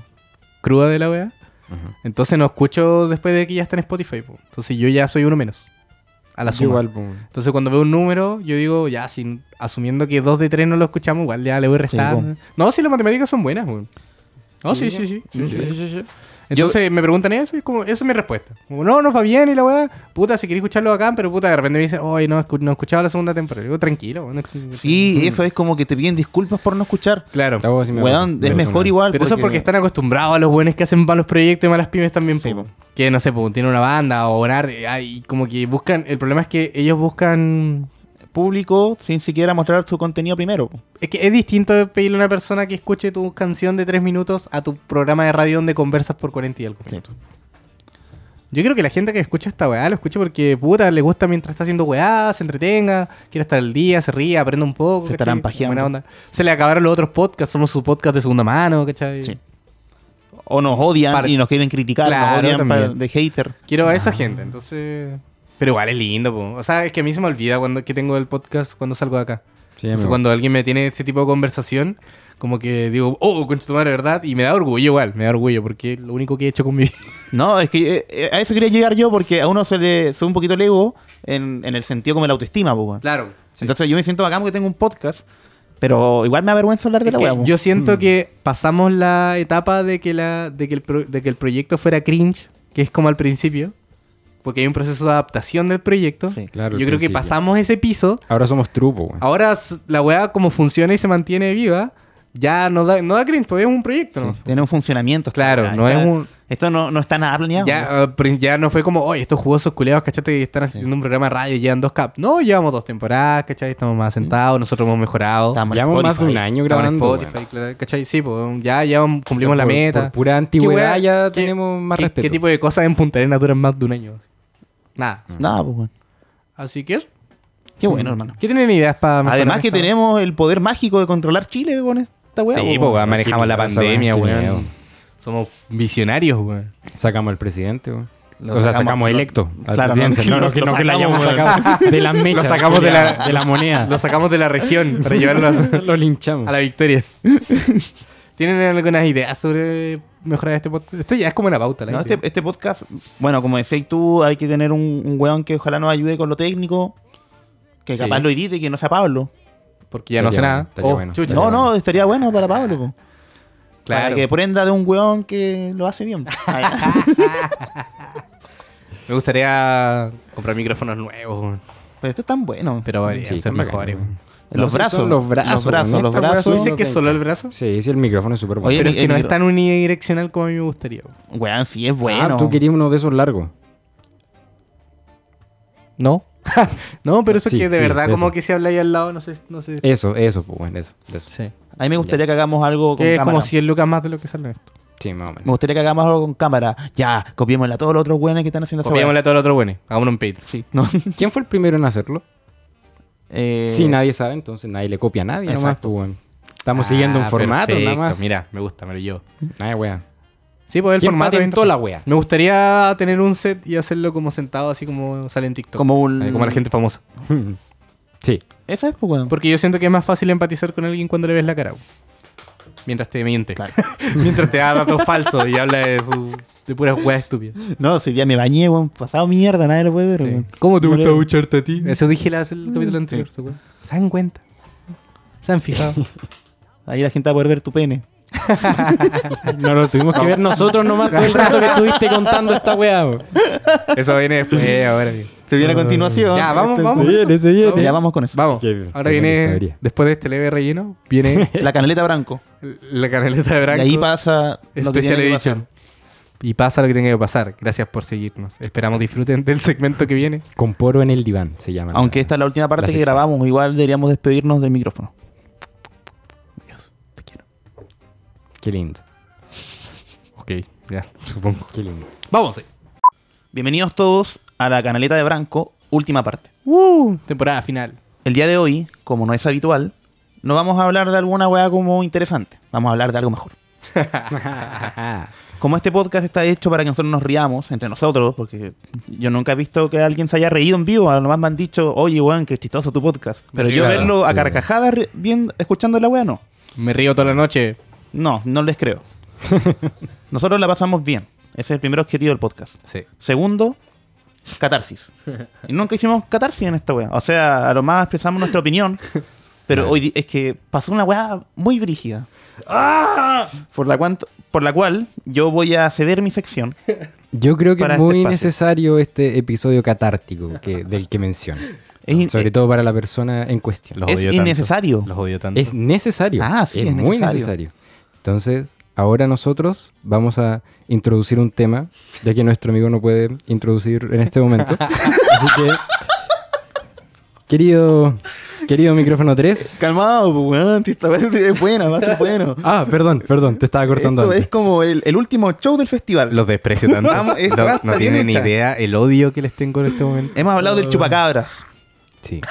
Speaker 2: cruda de la wea.
Speaker 3: Ujú.
Speaker 2: Entonces no escucho después de que ya está en Spotify. po. Entonces yo ya soy uno menos. A la
Speaker 3: Yo
Speaker 2: suma.
Speaker 3: igual, pues, po.
Speaker 2: Entonces cuando veo un número, yo digo, ya, sin, asumiendo que dos de tres no lo escuchamos, igual ya le voy a restar.
Speaker 1: Sí, po.
Speaker 2: no, si las matemáticas son buenas, weón. No, sí, sí, sí.
Speaker 3: Sí, sí, sí, sí.
Speaker 2: Entonces me preguntan eso y es como, esa es mi respuesta. Como, no, nos va bien y la weá. Puta, si queréis escucharlo acá, pero puta, de repente me dicen, oye, no, escu- no escuchaba la segunda temporada. Digo, tranquilo. weón, no-
Speaker 1: Sí, eso es como que te piden disculpas por no escuchar.
Speaker 2: Claro.
Speaker 3: Oh, sí me
Speaker 1: Weón,
Speaker 3: pasa,
Speaker 1: es
Speaker 3: me pasa
Speaker 1: mejor
Speaker 3: una-
Speaker 1: igual.
Speaker 2: Pero eso es porque están acostumbrados a los buenos que hacen malos proyectos y malas pymes también.
Speaker 1: Sí,
Speaker 2: po.
Speaker 1: po.
Speaker 2: Que no sé, po, tienen una banda o orar y como que buscan. El problema es que ellos buscan.
Speaker 1: Público sin siquiera mostrar su contenido primero. po.
Speaker 2: Es que es distinto pedirle a una persona que escuche tu canción de tres minutos a tu programa de radio donde conversas por 40 y algo.
Speaker 1: Sí.
Speaker 2: Yo creo que la gente que escucha esta weá lo escucha porque puta, le gusta mientras está haciendo weá, se entretenga, quiere estar al día, se ríe, aprende un poco.
Speaker 1: Se
Speaker 2: ¿cachai?
Speaker 1: tarampajeando.
Speaker 2: Buena onda. Se le acabaron los otros podcasts, somos su podcast de segunda mano, ¿cachai?
Speaker 1: Sí. O nos odian
Speaker 2: Par-
Speaker 1: y nos quieren criticar,
Speaker 2: Claro,
Speaker 1: nos odian pa-
Speaker 2: también.
Speaker 1: de hater.
Speaker 2: Quiero a
Speaker 3: Ah.
Speaker 2: esa gente, entonces. Pero igual es lindo, po. O sea, es que a mí se me olvida cuando que tengo el podcast cuando salgo de acá.
Speaker 3: Sí,
Speaker 2: Entonces,
Speaker 3: amigo.
Speaker 2: cuando alguien me tiene ese tipo de conversación, como que digo, oh, concha tu madre, ¿verdad? Y me da orgullo igual, me da orgullo, porque es lo único que he hecho con mi vida.
Speaker 1: No, es que eh, eh, a eso quería llegar yo porque a uno se le sube un poquito el ego en, en el sentido como la autoestima, po, weón.
Speaker 2: Claro.
Speaker 1: Entonces yo me siento bacán porque tengo un podcast, pero igual me avergüenza hablar de la weá. po.
Speaker 2: yo
Speaker 3: Mm.
Speaker 2: siento que pasamos la etapa de que, la, de, que el pro- de que el proyecto fuera cringe, que es como al principio, porque hay un proceso de adaptación del proyecto.
Speaker 1: Sí,
Speaker 2: Yo
Speaker 3: claro, al
Speaker 2: creo que
Speaker 3: principio.
Speaker 2: pasamos ese piso
Speaker 3: Ahora somos trupo, weón.
Speaker 2: Ahora s- la weá como funciona y se mantiene viva, ya no da, no da cringe, porque es un proyecto. ¿no?
Speaker 1: Tiene un funcionamiento. esta
Speaker 2: Claro,
Speaker 1: weá.
Speaker 2: no
Speaker 1: Está-
Speaker 2: es un-
Speaker 1: Esto no, no está nada planeado. weón.
Speaker 2: Ya, eh, pri- ya no fue como, oye, estos jugosos culeados, cachate, que están haciendo un programa de radio y llevan dos cap. No, llevamos dos temporadas, cachai, estamos más sentados, nosotros hemos mejorado.
Speaker 1: Estamos en
Speaker 3: Llevamos más de
Speaker 1: Spotify.
Speaker 3: un año
Speaker 2: Estamos en
Speaker 3: grabando.
Speaker 2: Spotify,
Speaker 3: weón.
Speaker 2: claro, ¿cachai? Sí, pues ya, ya cumplimos la
Speaker 3: Por-
Speaker 2: meta.
Speaker 3: por pura
Speaker 2: ¿Qué
Speaker 3: antigüedad
Speaker 2: weá-
Speaker 3: ya tenemos más
Speaker 2: qué-
Speaker 3: respeto.
Speaker 2: ¿Qué tipo de cosas en Punta Arenas duran más de un año? Nada.
Speaker 1: Nada, pues, weón.
Speaker 2: Así que,
Speaker 1: Qué bueno, hermano.
Speaker 2: ¿qué tienen ideas para
Speaker 1: Además que tenemos el poder mágico de controlar Chile con esta weá.
Speaker 2: Sí,
Speaker 1: po,
Speaker 2: pues
Speaker 1: weón.
Speaker 2: weón, manejamos la
Speaker 3: miedo, esa
Speaker 2: pandemia,
Speaker 3: weá, qué miedo.
Speaker 2: weón. Somos visionarios, weón.
Speaker 3: Sacamos al presidente, weón.
Speaker 1: Lo
Speaker 3: o sea,
Speaker 1: sacamos
Speaker 3: sacamos
Speaker 1: a flot-
Speaker 3: electo al
Speaker 1: Claro,
Speaker 3: presidente.
Speaker 1: no,
Speaker 3: No, no, que,
Speaker 1: lo
Speaker 3: no que lo
Speaker 1: sacamos,
Speaker 3: hayamos
Speaker 1: weón.
Speaker 3: sacado de las mechas.
Speaker 2: sacamos de la-
Speaker 3: de la moneda.
Speaker 2: Lo sacamos de la región para llevarlo a,
Speaker 3: lo linchamos.
Speaker 2: a la victoria. ¿Tienen algunas ideas sobre mejorar este podcast? Esto ya es como una pauta. La
Speaker 1: No,
Speaker 2: gente.
Speaker 1: este, este podcast, bueno, como decías tú, hay que tener un, un weón que ojalá nos ayude con lo técnico, que
Speaker 2: Sí.
Speaker 1: capaz lo edite, que no sea Pablo.
Speaker 2: Porque ya no sé
Speaker 3: Estaría
Speaker 2: nada.
Speaker 3: bueno, estaría
Speaker 2: Oh,
Speaker 3: bueno.
Speaker 2: chucha.
Speaker 1: no,
Speaker 3: Estaría
Speaker 1: no,
Speaker 3: bueno.
Speaker 1: estaría bueno para Pablo, po.
Speaker 2: Claro.
Speaker 1: Para que prenda de un weón que lo hace bien.
Speaker 2: Me gustaría comprar micrófonos nuevos, weón.
Speaker 1: Pero esto es tan bueno.
Speaker 2: pero vale,
Speaker 3: Sí,
Speaker 2: ser
Speaker 3: están bacanas,
Speaker 2: mejores. weón.
Speaker 3: weón. No,
Speaker 1: Los
Speaker 3: sí,
Speaker 1: brazos,
Speaker 3: son los brazos,
Speaker 1: Los brazos,
Speaker 3: weón.
Speaker 1: los
Speaker 3: Esta weá
Speaker 2: ¿Tú
Speaker 1: brazos.
Speaker 2: dices
Speaker 3: Solo
Speaker 2: que es solo el
Speaker 3: veinte.
Speaker 2: brazo?
Speaker 3: Sí, sí, el micrófono es súper bueno.
Speaker 1: Oye,
Speaker 2: Pero es
Speaker 1: el
Speaker 2: que no es
Speaker 1: micro-
Speaker 2: tan unidireccional como a mí me gustaría. weón.
Speaker 1: Weón, sí es
Speaker 3: Ah,
Speaker 1: bueno.
Speaker 3: tú querías uno de esos largos.
Speaker 2: No. no, pero eso
Speaker 3: Sí,
Speaker 2: que de
Speaker 3: sí,
Speaker 2: verdad,
Speaker 3: de
Speaker 2: como
Speaker 3: eso.
Speaker 2: que si habla ahí al lado, no sé. No sé.
Speaker 3: Eso, eso, pues, bueno, eso. de eso.
Speaker 2: sí.
Speaker 1: A mí me gustaría que hagamos algo con
Speaker 2: Que es
Speaker 1: cámara.
Speaker 2: como 100 lucas más de lo que sale esto.
Speaker 3: Sí, más
Speaker 1: Me
Speaker 3: o menos.
Speaker 1: gustaría que hagamos algo con cámara. Ya, copiémosle a todos los otros weones que están haciendo esa weá.
Speaker 2: Copiémosle a todo el otro bueno. Hagámonos un Patreon.
Speaker 1: Sí, no.
Speaker 3: ¿Quién fue el primero en hacerlo?
Speaker 1: Eh,
Speaker 3: Si nadie sabe, entonces nadie le copia a nadie. nomás,
Speaker 1: Exacto.
Speaker 3: pues, weón. Estamos siguiendo un
Speaker 2: Ah,
Speaker 3: formato, nada
Speaker 2: perfecto.
Speaker 3: más.
Speaker 2: Mira, me gusta, me lo llevo.
Speaker 3: Ay, wea.
Speaker 2: Sí, pues el
Speaker 3: ¿Quién
Speaker 2: formato.
Speaker 3: patentó la wea?
Speaker 2: Me gustaría tener un set y hacerlo como sentado, así como sale en TikTok.
Speaker 1: Como un-
Speaker 2: Ahí, Eh, como la gente famosa.
Speaker 3: sí.
Speaker 1: Esa es, pues, weón.
Speaker 2: Porque yo siento que es más fácil empatizar con alguien cuando le ves la cara. güey. Mientras te miente.
Speaker 1: Claro.
Speaker 2: Mientras te da datos falsos y habla de su. de puras weas estúpidas.
Speaker 1: No, si ya me bañé, weón. Pasado mierda, nadie lo puede ver, weón.
Speaker 2: ¿Cómo
Speaker 1: te gusta
Speaker 2: ducharte a ti? Eso dije la- el capítulo anterior, seguro. ¿Se dan cuenta? ¿Se han fijado?
Speaker 1: Ahí la gente va a poder ver tu pene.
Speaker 3: No lo tuvimos que ver nosotros nomás todo el rato que estuviste contando esta wea. weón.
Speaker 2: Eso viene después, ahora bien.
Speaker 1: Se viene a continuación.
Speaker 2: Ah, Ya, vamos,
Speaker 1: Este,
Speaker 2: vamos.
Speaker 1: sí.
Speaker 3: viene, se viene.
Speaker 1: Ya vamos con eso.
Speaker 2: Vamos.
Speaker 3: Qué-
Speaker 2: Ahora
Speaker 3: qué
Speaker 2: viene.
Speaker 3: historia.
Speaker 2: Después de este leve relleno, viene
Speaker 1: La canaleta branco.
Speaker 2: la canaleta de Branco.
Speaker 1: Y ahí pasa lo que
Speaker 2: Especial
Speaker 1: tiene que
Speaker 2: Edition. Y pasa lo que tenga que pasar. Gracias por seguirnos. Esperamos disfruten del segmento que viene.
Speaker 3: Con poro en el diván se llama.
Speaker 1: pasar. Aunque esta es la última parte
Speaker 3: La
Speaker 1: que
Speaker 3: sección.
Speaker 1: grabamos, igual deberíamos despedirnos del micrófono. Adiós, te quiero.
Speaker 3: Qué lindo.
Speaker 2: Ok, ya, supongo.
Speaker 3: Qué lindo.
Speaker 2: Vamos. eh.
Speaker 1: Bienvenidos todos a la canaleta de branco, última parte.
Speaker 2: Temporada final.
Speaker 1: El día de hoy, como no es habitual, no vamos a hablar de alguna weá como interesante. Vamos a hablar de algo mejor. Como este podcast está hecho para que nosotros nos riamos entre nosotros, porque yo nunca he visto que alguien se haya reído en vivo, a lo más me han dicho, oye, weón, qué chistoso tu podcast. Pero yo
Speaker 2: Claro,
Speaker 1: verlo a
Speaker 3: sí.
Speaker 1: carcajadas ri- bien, escuchando la weá, no.
Speaker 2: Me río toda la noche.
Speaker 1: No, no les creo. nosotros la pasamos bien. Ese es el primer objetivo del podcast.
Speaker 2: Sí.
Speaker 1: Segundo, catarsis. Y nunca hicimos catarsis en esta weá. O sea, a lo más expresamos nuestra opinión, pero hoy di- es que pasó una weá muy brígida.
Speaker 3: ¡Ah!
Speaker 1: Por la, cuant- por la cual yo voy a ceder mi sección.
Speaker 3: Yo creo que
Speaker 1: Para
Speaker 3: es
Speaker 1: este
Speaker 3: muy
Speaker 1: espacio.
Speaker 3: necesario este episodio catártico que, del que mencionas.
Speaker 1: Es in-
Speaker 3: Sobre
Speaker 1: eh,
Speaker 3: todo para la persona en cuestión.
Speaker 2: Los
Speaker 1: Es
Speaker 2: odio tanto.
Speaker 1: innecesario.
Speaker 2: Los odio tanto.
Speaker 3: Es necesario.
Speaker 1: Ah, sí, es
Speaker 3: muy
Speaker 1: necesario.
Speaker 3: necesario. Entonces, ahora nosotros vamos a introducir un tema, ya que nuestro amigo no puede introducir en este momento. Así que, querido, querido micrófono 3.
Speaker 1: Calmado, pues, weón. Esta vez es buena, va a ser bueno.
Speaker 3: Ah, perdón, perdón, te estaba cortando
Speaker 1: Esto es
Speaker 3: antes.
Speaker 1: como el, el último show del festival.
Speaker 2: Los desprecio tanto.
Speaker 1: Vamos, esto
Speaker 2: no
Speaker 1: va a estar
Speaker 2: no
Speaker 1: bien
Speaker 2: tienen
Speaker 1: lucha. Ah.
Speaker 2: idea el odio que les tengo en este momento.
Speaker 1: Hemos hablado del chupacabras.
Speaker 2: Sí.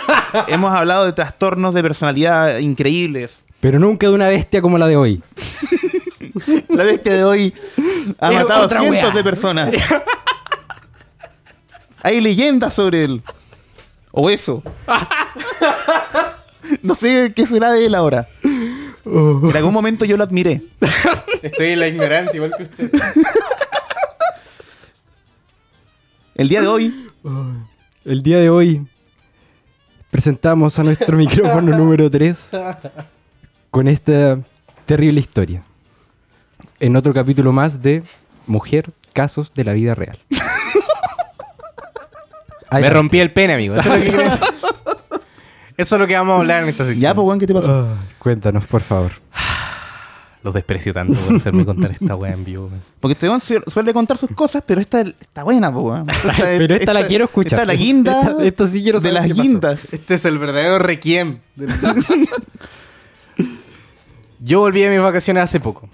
Speaker 1: Hemos hablado de trastornos de personalidad increíbles.
Speaker 3: Pero nunca de una bestia como la de hoy.
Speaker 1: La bestia de hoy ha
Speaker 3: Es
Speaker 1: matado a
Speaker 3: otra
Speaker 1: cientos
Speaker 3: weá.
Speaker 1: de personas. Hay leyendas sobre él. O eso. No sé qué será de él ahora. En algún momento yo lo admiré.
Speaker 2: Estoy en la ignorancia igual que usted.
Speaker 1: El día de hoy,
Speaker 3: El día de hoy presentamos a nuestro micrófono número 3 con esta terrible historia. En otro capítulo más de Mujer, casos de la vida real. Ahí
Speaker 2: Me
Speaker 3: va.
Speaker 2: rompí el pene, amigo. Eso es lo que, Eso es lo que vamos a hablar en esta sección.
Speaker 1: ya, pues, weón, ¿qué te pasó?
Speaker 3: Ah, cuéntanos, por favor.
Speaker 2: Los desprecio tanto por hacerme contar esta weá en vivo. man.
Speaker 1: Porque este weón su- suele contar sus cosas, pero esta está buena, pues, weón.
Speaker 3: Pero esta la quiero escuchar.
Speaker 1: Esta es la guinda.
Speaker 3: Esta- esta sí quiero
Speaker 1: De
Speaker 3: saber
Speaker 1: las
Speaker 3: qué pasó.
Speaker 1: guindas.
Speaker 2: Este es el verdadero requiem. del- Yo volví de mis vacaciones hace poco.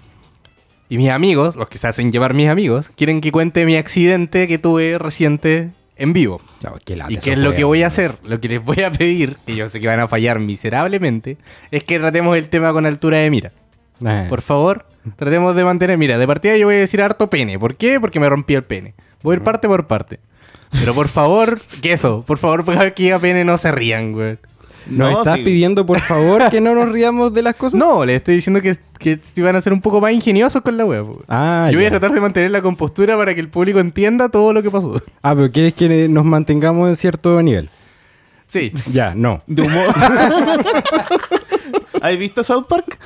Speaker 2: Y mis amigos, los que se hacen llevar mis amigos, quieren que cuente mi accidente que tuve reciente en vivo.
Speaker 3: Chao, qué lata
Speaker 2: Y
Speaker 3: esos
Speaker 2: que es lo que
Speaker 3: weones.
Speaker 2: voy a hacer, lo que les voy a pedir, que yo sé que van a fallar miserablemente, es que tratemos el tema con altura de mira.
Speaker 3: Nah.
Speaker 2: Por favor, tratemos de mantener. Mira, de partida yo voy a decir harto pene. ¿Por qué? Porque me rompí el pene. Voy a ir parte por parte. Pero por favor, que eso, por favor, cada que diga pene no se rían, güey.
Speaker 3: Nos
Speaker 1: No,
Speaker 3: estás
Speaker 1: sí.
Speaker 3: pidiendo, por favor, que no nos riamos de las cosas.
Speaker 2: No, le estoy diciendo que, que iban a ser un poco más ingeniosos con la web. güey.
Speaker 3: Ah,
Speaker 2: yo voy a
Speaker 3: ya.
Speaker 2: tratar de mantener la compostura para que el público entienda todo lo que pasó.
Speaker 3: Ah, pero quieres que nos mantengamos en cierto nivel.
Speaker 2: Sí.
Speaker 3: Ya, no.
Speaker 1: De humor. ¿Has visto South Park?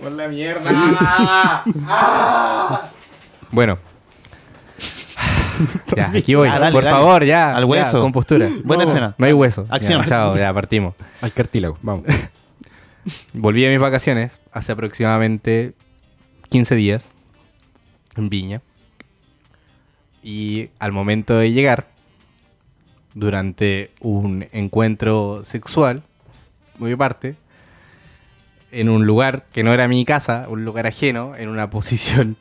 Speaker 2: Por la mierda. Bueno. ya, aquí voy.
Speaker 1: Ah, dale,
Speaker 2: por
Speaker 1: dale.
Speaker 2: favor, ya.
Speaker 1: Al
Speaker 2: ya,
Speaker 1: hueso.
Speaker 2: compostura.
Speaker 1: Buena
Speaker 2: No,
Speaker 1: escena.
Speaker 2: No hay hueso.
Speaker 1: Acción.
Speaker 2: Ya, chao, ya partimos.
Speaker 3: Al cartílago, vamos.
Speaker 2: Volví de mis vacaciones hace aproximadamente 15 días en Viña. Y al momento de llegar, durante un encuentro sexual, muy parte, en un lugar que no era mi casa, un lugar ajeno, en una posición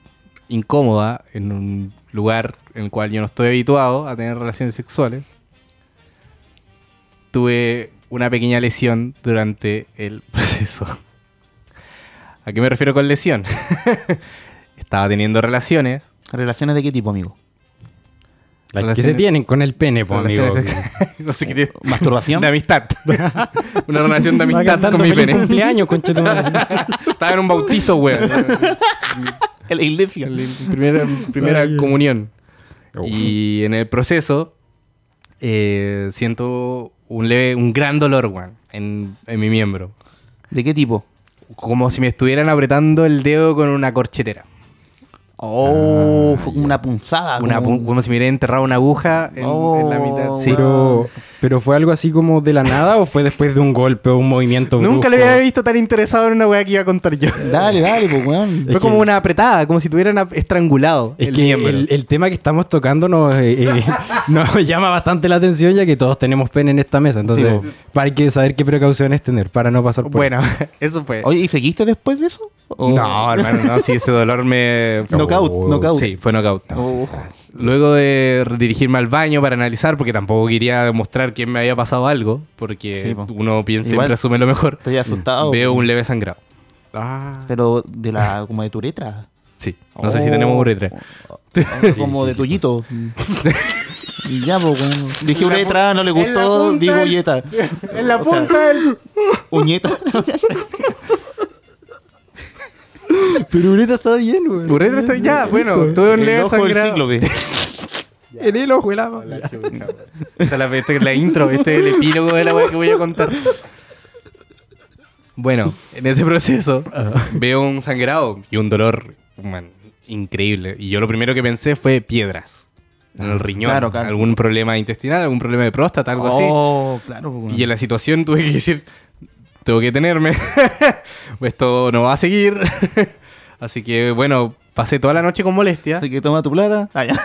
Speaker 2: incómoda, en un lugar en el cual yo no estoy habituado a tener relaciones sexuales, tuve una pequeña lesión durante el proceso. ¿A qué me refiero con lesión? Estaba teniendo relaciones.
Speaker 1: ¿Relaciones de qué tipo, amigo?
Speaker 3: Las que
Speaker 2: Relaciones-
Speaker 3: se tienen con el pene, pues, amigo.
Speaker 2: relaciones sex- no sé qué tiene.
Speaker 1: ¿Masturbación?
Speaker 2: De amistad. una relación de
Speaker 3: Va
Speaker 2: amistad
Speaker 3: cantando
Speaker 2: con mi
Speaker 3: feliz
Speaker 2: pene.
Speaker 3: cumpleaños, conchetumare.
Speaker 2: Estaba en un bautizo, weón.
Speaker 1: La iglesia.
Speaker 2: primera primera
Speaker 3: Ay, ay.
Speaker 2: comunión.
Speaker 3: Oh.
Speaker 2: Y en el proceso eh, siento un leve, un gran dolor, weón, en, en mi miembro.
Speaker 1: ¿De qué tipo?
Speaker 2: Como si me estuvieran apretando el dedo con una corchetera.
Speaker 3: Ah,
Speaker 1: Oh, fue como una punzada.
Speaker 2: Una
Speaker 1: Ah, como-
Speaker 2: pu- como si me hubiera enterrado una aguja en,
Speaker 1: Oh,
Speaker 2: en la mitad. Sí.
Speaker 3: Pero, pero fue algo así como de la nada o fue después de un golpe o un movimiento
Speaker 2: Nunca
Speaker 3: brusco?
Speaker 2: lo había visto tan interesado en una weá que iba a contar yo.
Speaker 1: Dale, dale, pues, weón.
Speaker 2: Fue
Speaker 3: Es
Speaker 2: como
Speaker 3: que-
Speaker 2: una apretada, como si tuvieran ap- estrangulado
Speaker 3: Es
Speaker 2: el
Speaker 3: que
Speaker 2: miembro.
Speaker 3: el, el tema que estamos tocando nos, eh, eh, nos llama bastante la atención ya que todos tenemos pene en esta mesa. Entonces,
Speaker 1: Sí,
Speaker 3: hay que saber qué precauciones tener para no pasar por
Speaker 2: Bueno, eso
Speaker 3: Eh,
Speaker 2: fue.
Speaker 1: Oye, ¿y seguiste después de eso? ¿O-
Speaker 2: No, hermano, no, sí, ese dolor me.
Speaker 1: Knockout,
Speaker 3: Oh,
Speaker 1: knockout.
Speaker 2: Sí, fue knockout.
Speaker 1: Oh.
Speaker 2: Luego de dirigirme al baño para analizar, porque tampoco quería demostrar que me había pasado algo, porque
Speaker 1: Sí, po.
Speaker 2: uno piensa
Speaker 1: Igual.
Speaker 2: y resume lo mejor.
Speaker 1: Estoy asustado.
Speaker 2: Veo un leve sangrado. Ah,
Speaker 1: Pero de la, como de turetra.
Speaker 2: sí. No sé si tenemos
Speaker 1: Oh.
Speaker 2: uretra.
Speaker 1: como de
Speaker 3: sí,
Speaker 1: tuyito. ya, pues, weón. Dije
Speaker 2: En la
Speaker 1: uretra, no le
Speaker 2: pu- en la
Speaker 1: gustó,
Speaker 2: punta
Speaker 1: digo
Speaker 2: del-
Speaker 1: uñeta.
Speaker 2: En la
Speaker 1: O sea,
Speaker 2: punta del.
Speaker 1: Uñeta.
Speaker 3: Pero Ureta está bien, güey.
Speaker 2: Uretra está ya, bueno, tuve un
Speaker 1: El
Speaker 2: leve
Speaker 1: ojo del
Speaker 2: sangrado.
Speaker 1: cíclope.
Speaker 3: En el ojo, el ama.
Speaker 2: Esta es la, esta es la intro, este es el epílogo de la weá que voy a contar. Bueno, en ese proceso veo un sangrado y un dolor man, increíble. Y yo lo primero que pensé fue piedras en el riñón.
Speaker 1: Ah, Claro, claro.
Speaker 2: Algún problema intestinal, algún problema de próstata, algo
Speaker 1: Oh, claro. po,
Speaker 2: así.
Speaker 1: weón.
Speaker 2: Y en la situación tuve que decir, tengo que tenerme. Esto no va a seguir. así que bueno, pasé toda la noche con molestia.
Speaker 1: Así que toma tu plata. Ah, ya.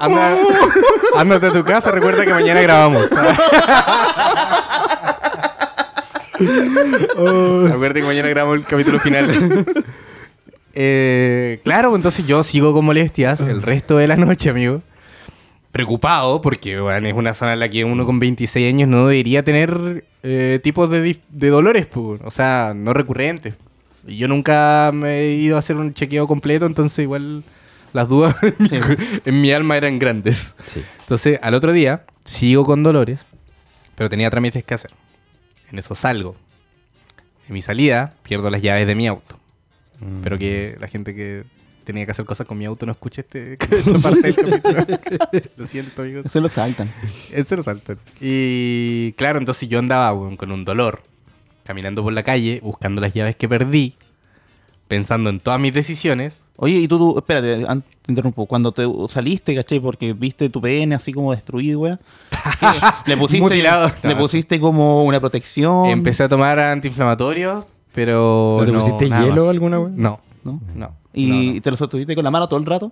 Speaker 2: Anda, ándate a tu casa, recuerda que mañana grabamos. Recuerda que mañana grabamos el capítulo final. Eh, claro, entonces yo sigo con molestias el resto de la noche, amigo. Preocupado, porque bueno, es una zona en la que uno con 26 años no debería tener eh, tipos de, dif- de dolores, pu, o sea, no recurrentes. Y yo nunca me he ido a hacer un chequeo completo, entonces igual las dudas en mi- en mi alma eran grandes.
Speaker 3: Sí.
Speaker 2: Entonces, al otro día, sigo con dolores, pero tenía trámites que hacer. En eso salgo. En mi salida, pierdo las llaves de mi auto. Espero que la gente que tenía que hacer cosas con mi auto no escuche este, esta parte del capítulo. Lo siento, amigos.
Speaker 1: Se lo saltan.
Speaker 2: Eso lo saltan. Y claro, entonces yo andaba weón, con un dolor, caminando por la calle, buscando las llaves que perdí, pensando en todas mis decisiones.
Speaker 1: Oye, y tú, tú- espérate, an- te interrumpo. Cuando te saliste, caché, porque viste tu pene así como destruido, weón. ¿qué? Le pusiste,
Speaker 2: Mutilado.
Speaker 1: le
Speaker 2: No.
Speaker 1: pusiste como una protección.
Speaker 2: Empecé a tomar antiinflamatorios, pero.
Speaker 3: Oh, ¿No te pusiste
Speaker 2: Oh, nada
Speaker 3: hielo
Speaker 2: más. Mm.
Speaker 3: alguna vez?
Speaker 2: No,
Speaker 1: ¿no?
Speaker 2: no.
Speaker 1: Y te lo sostuviste con la mano todo el rato.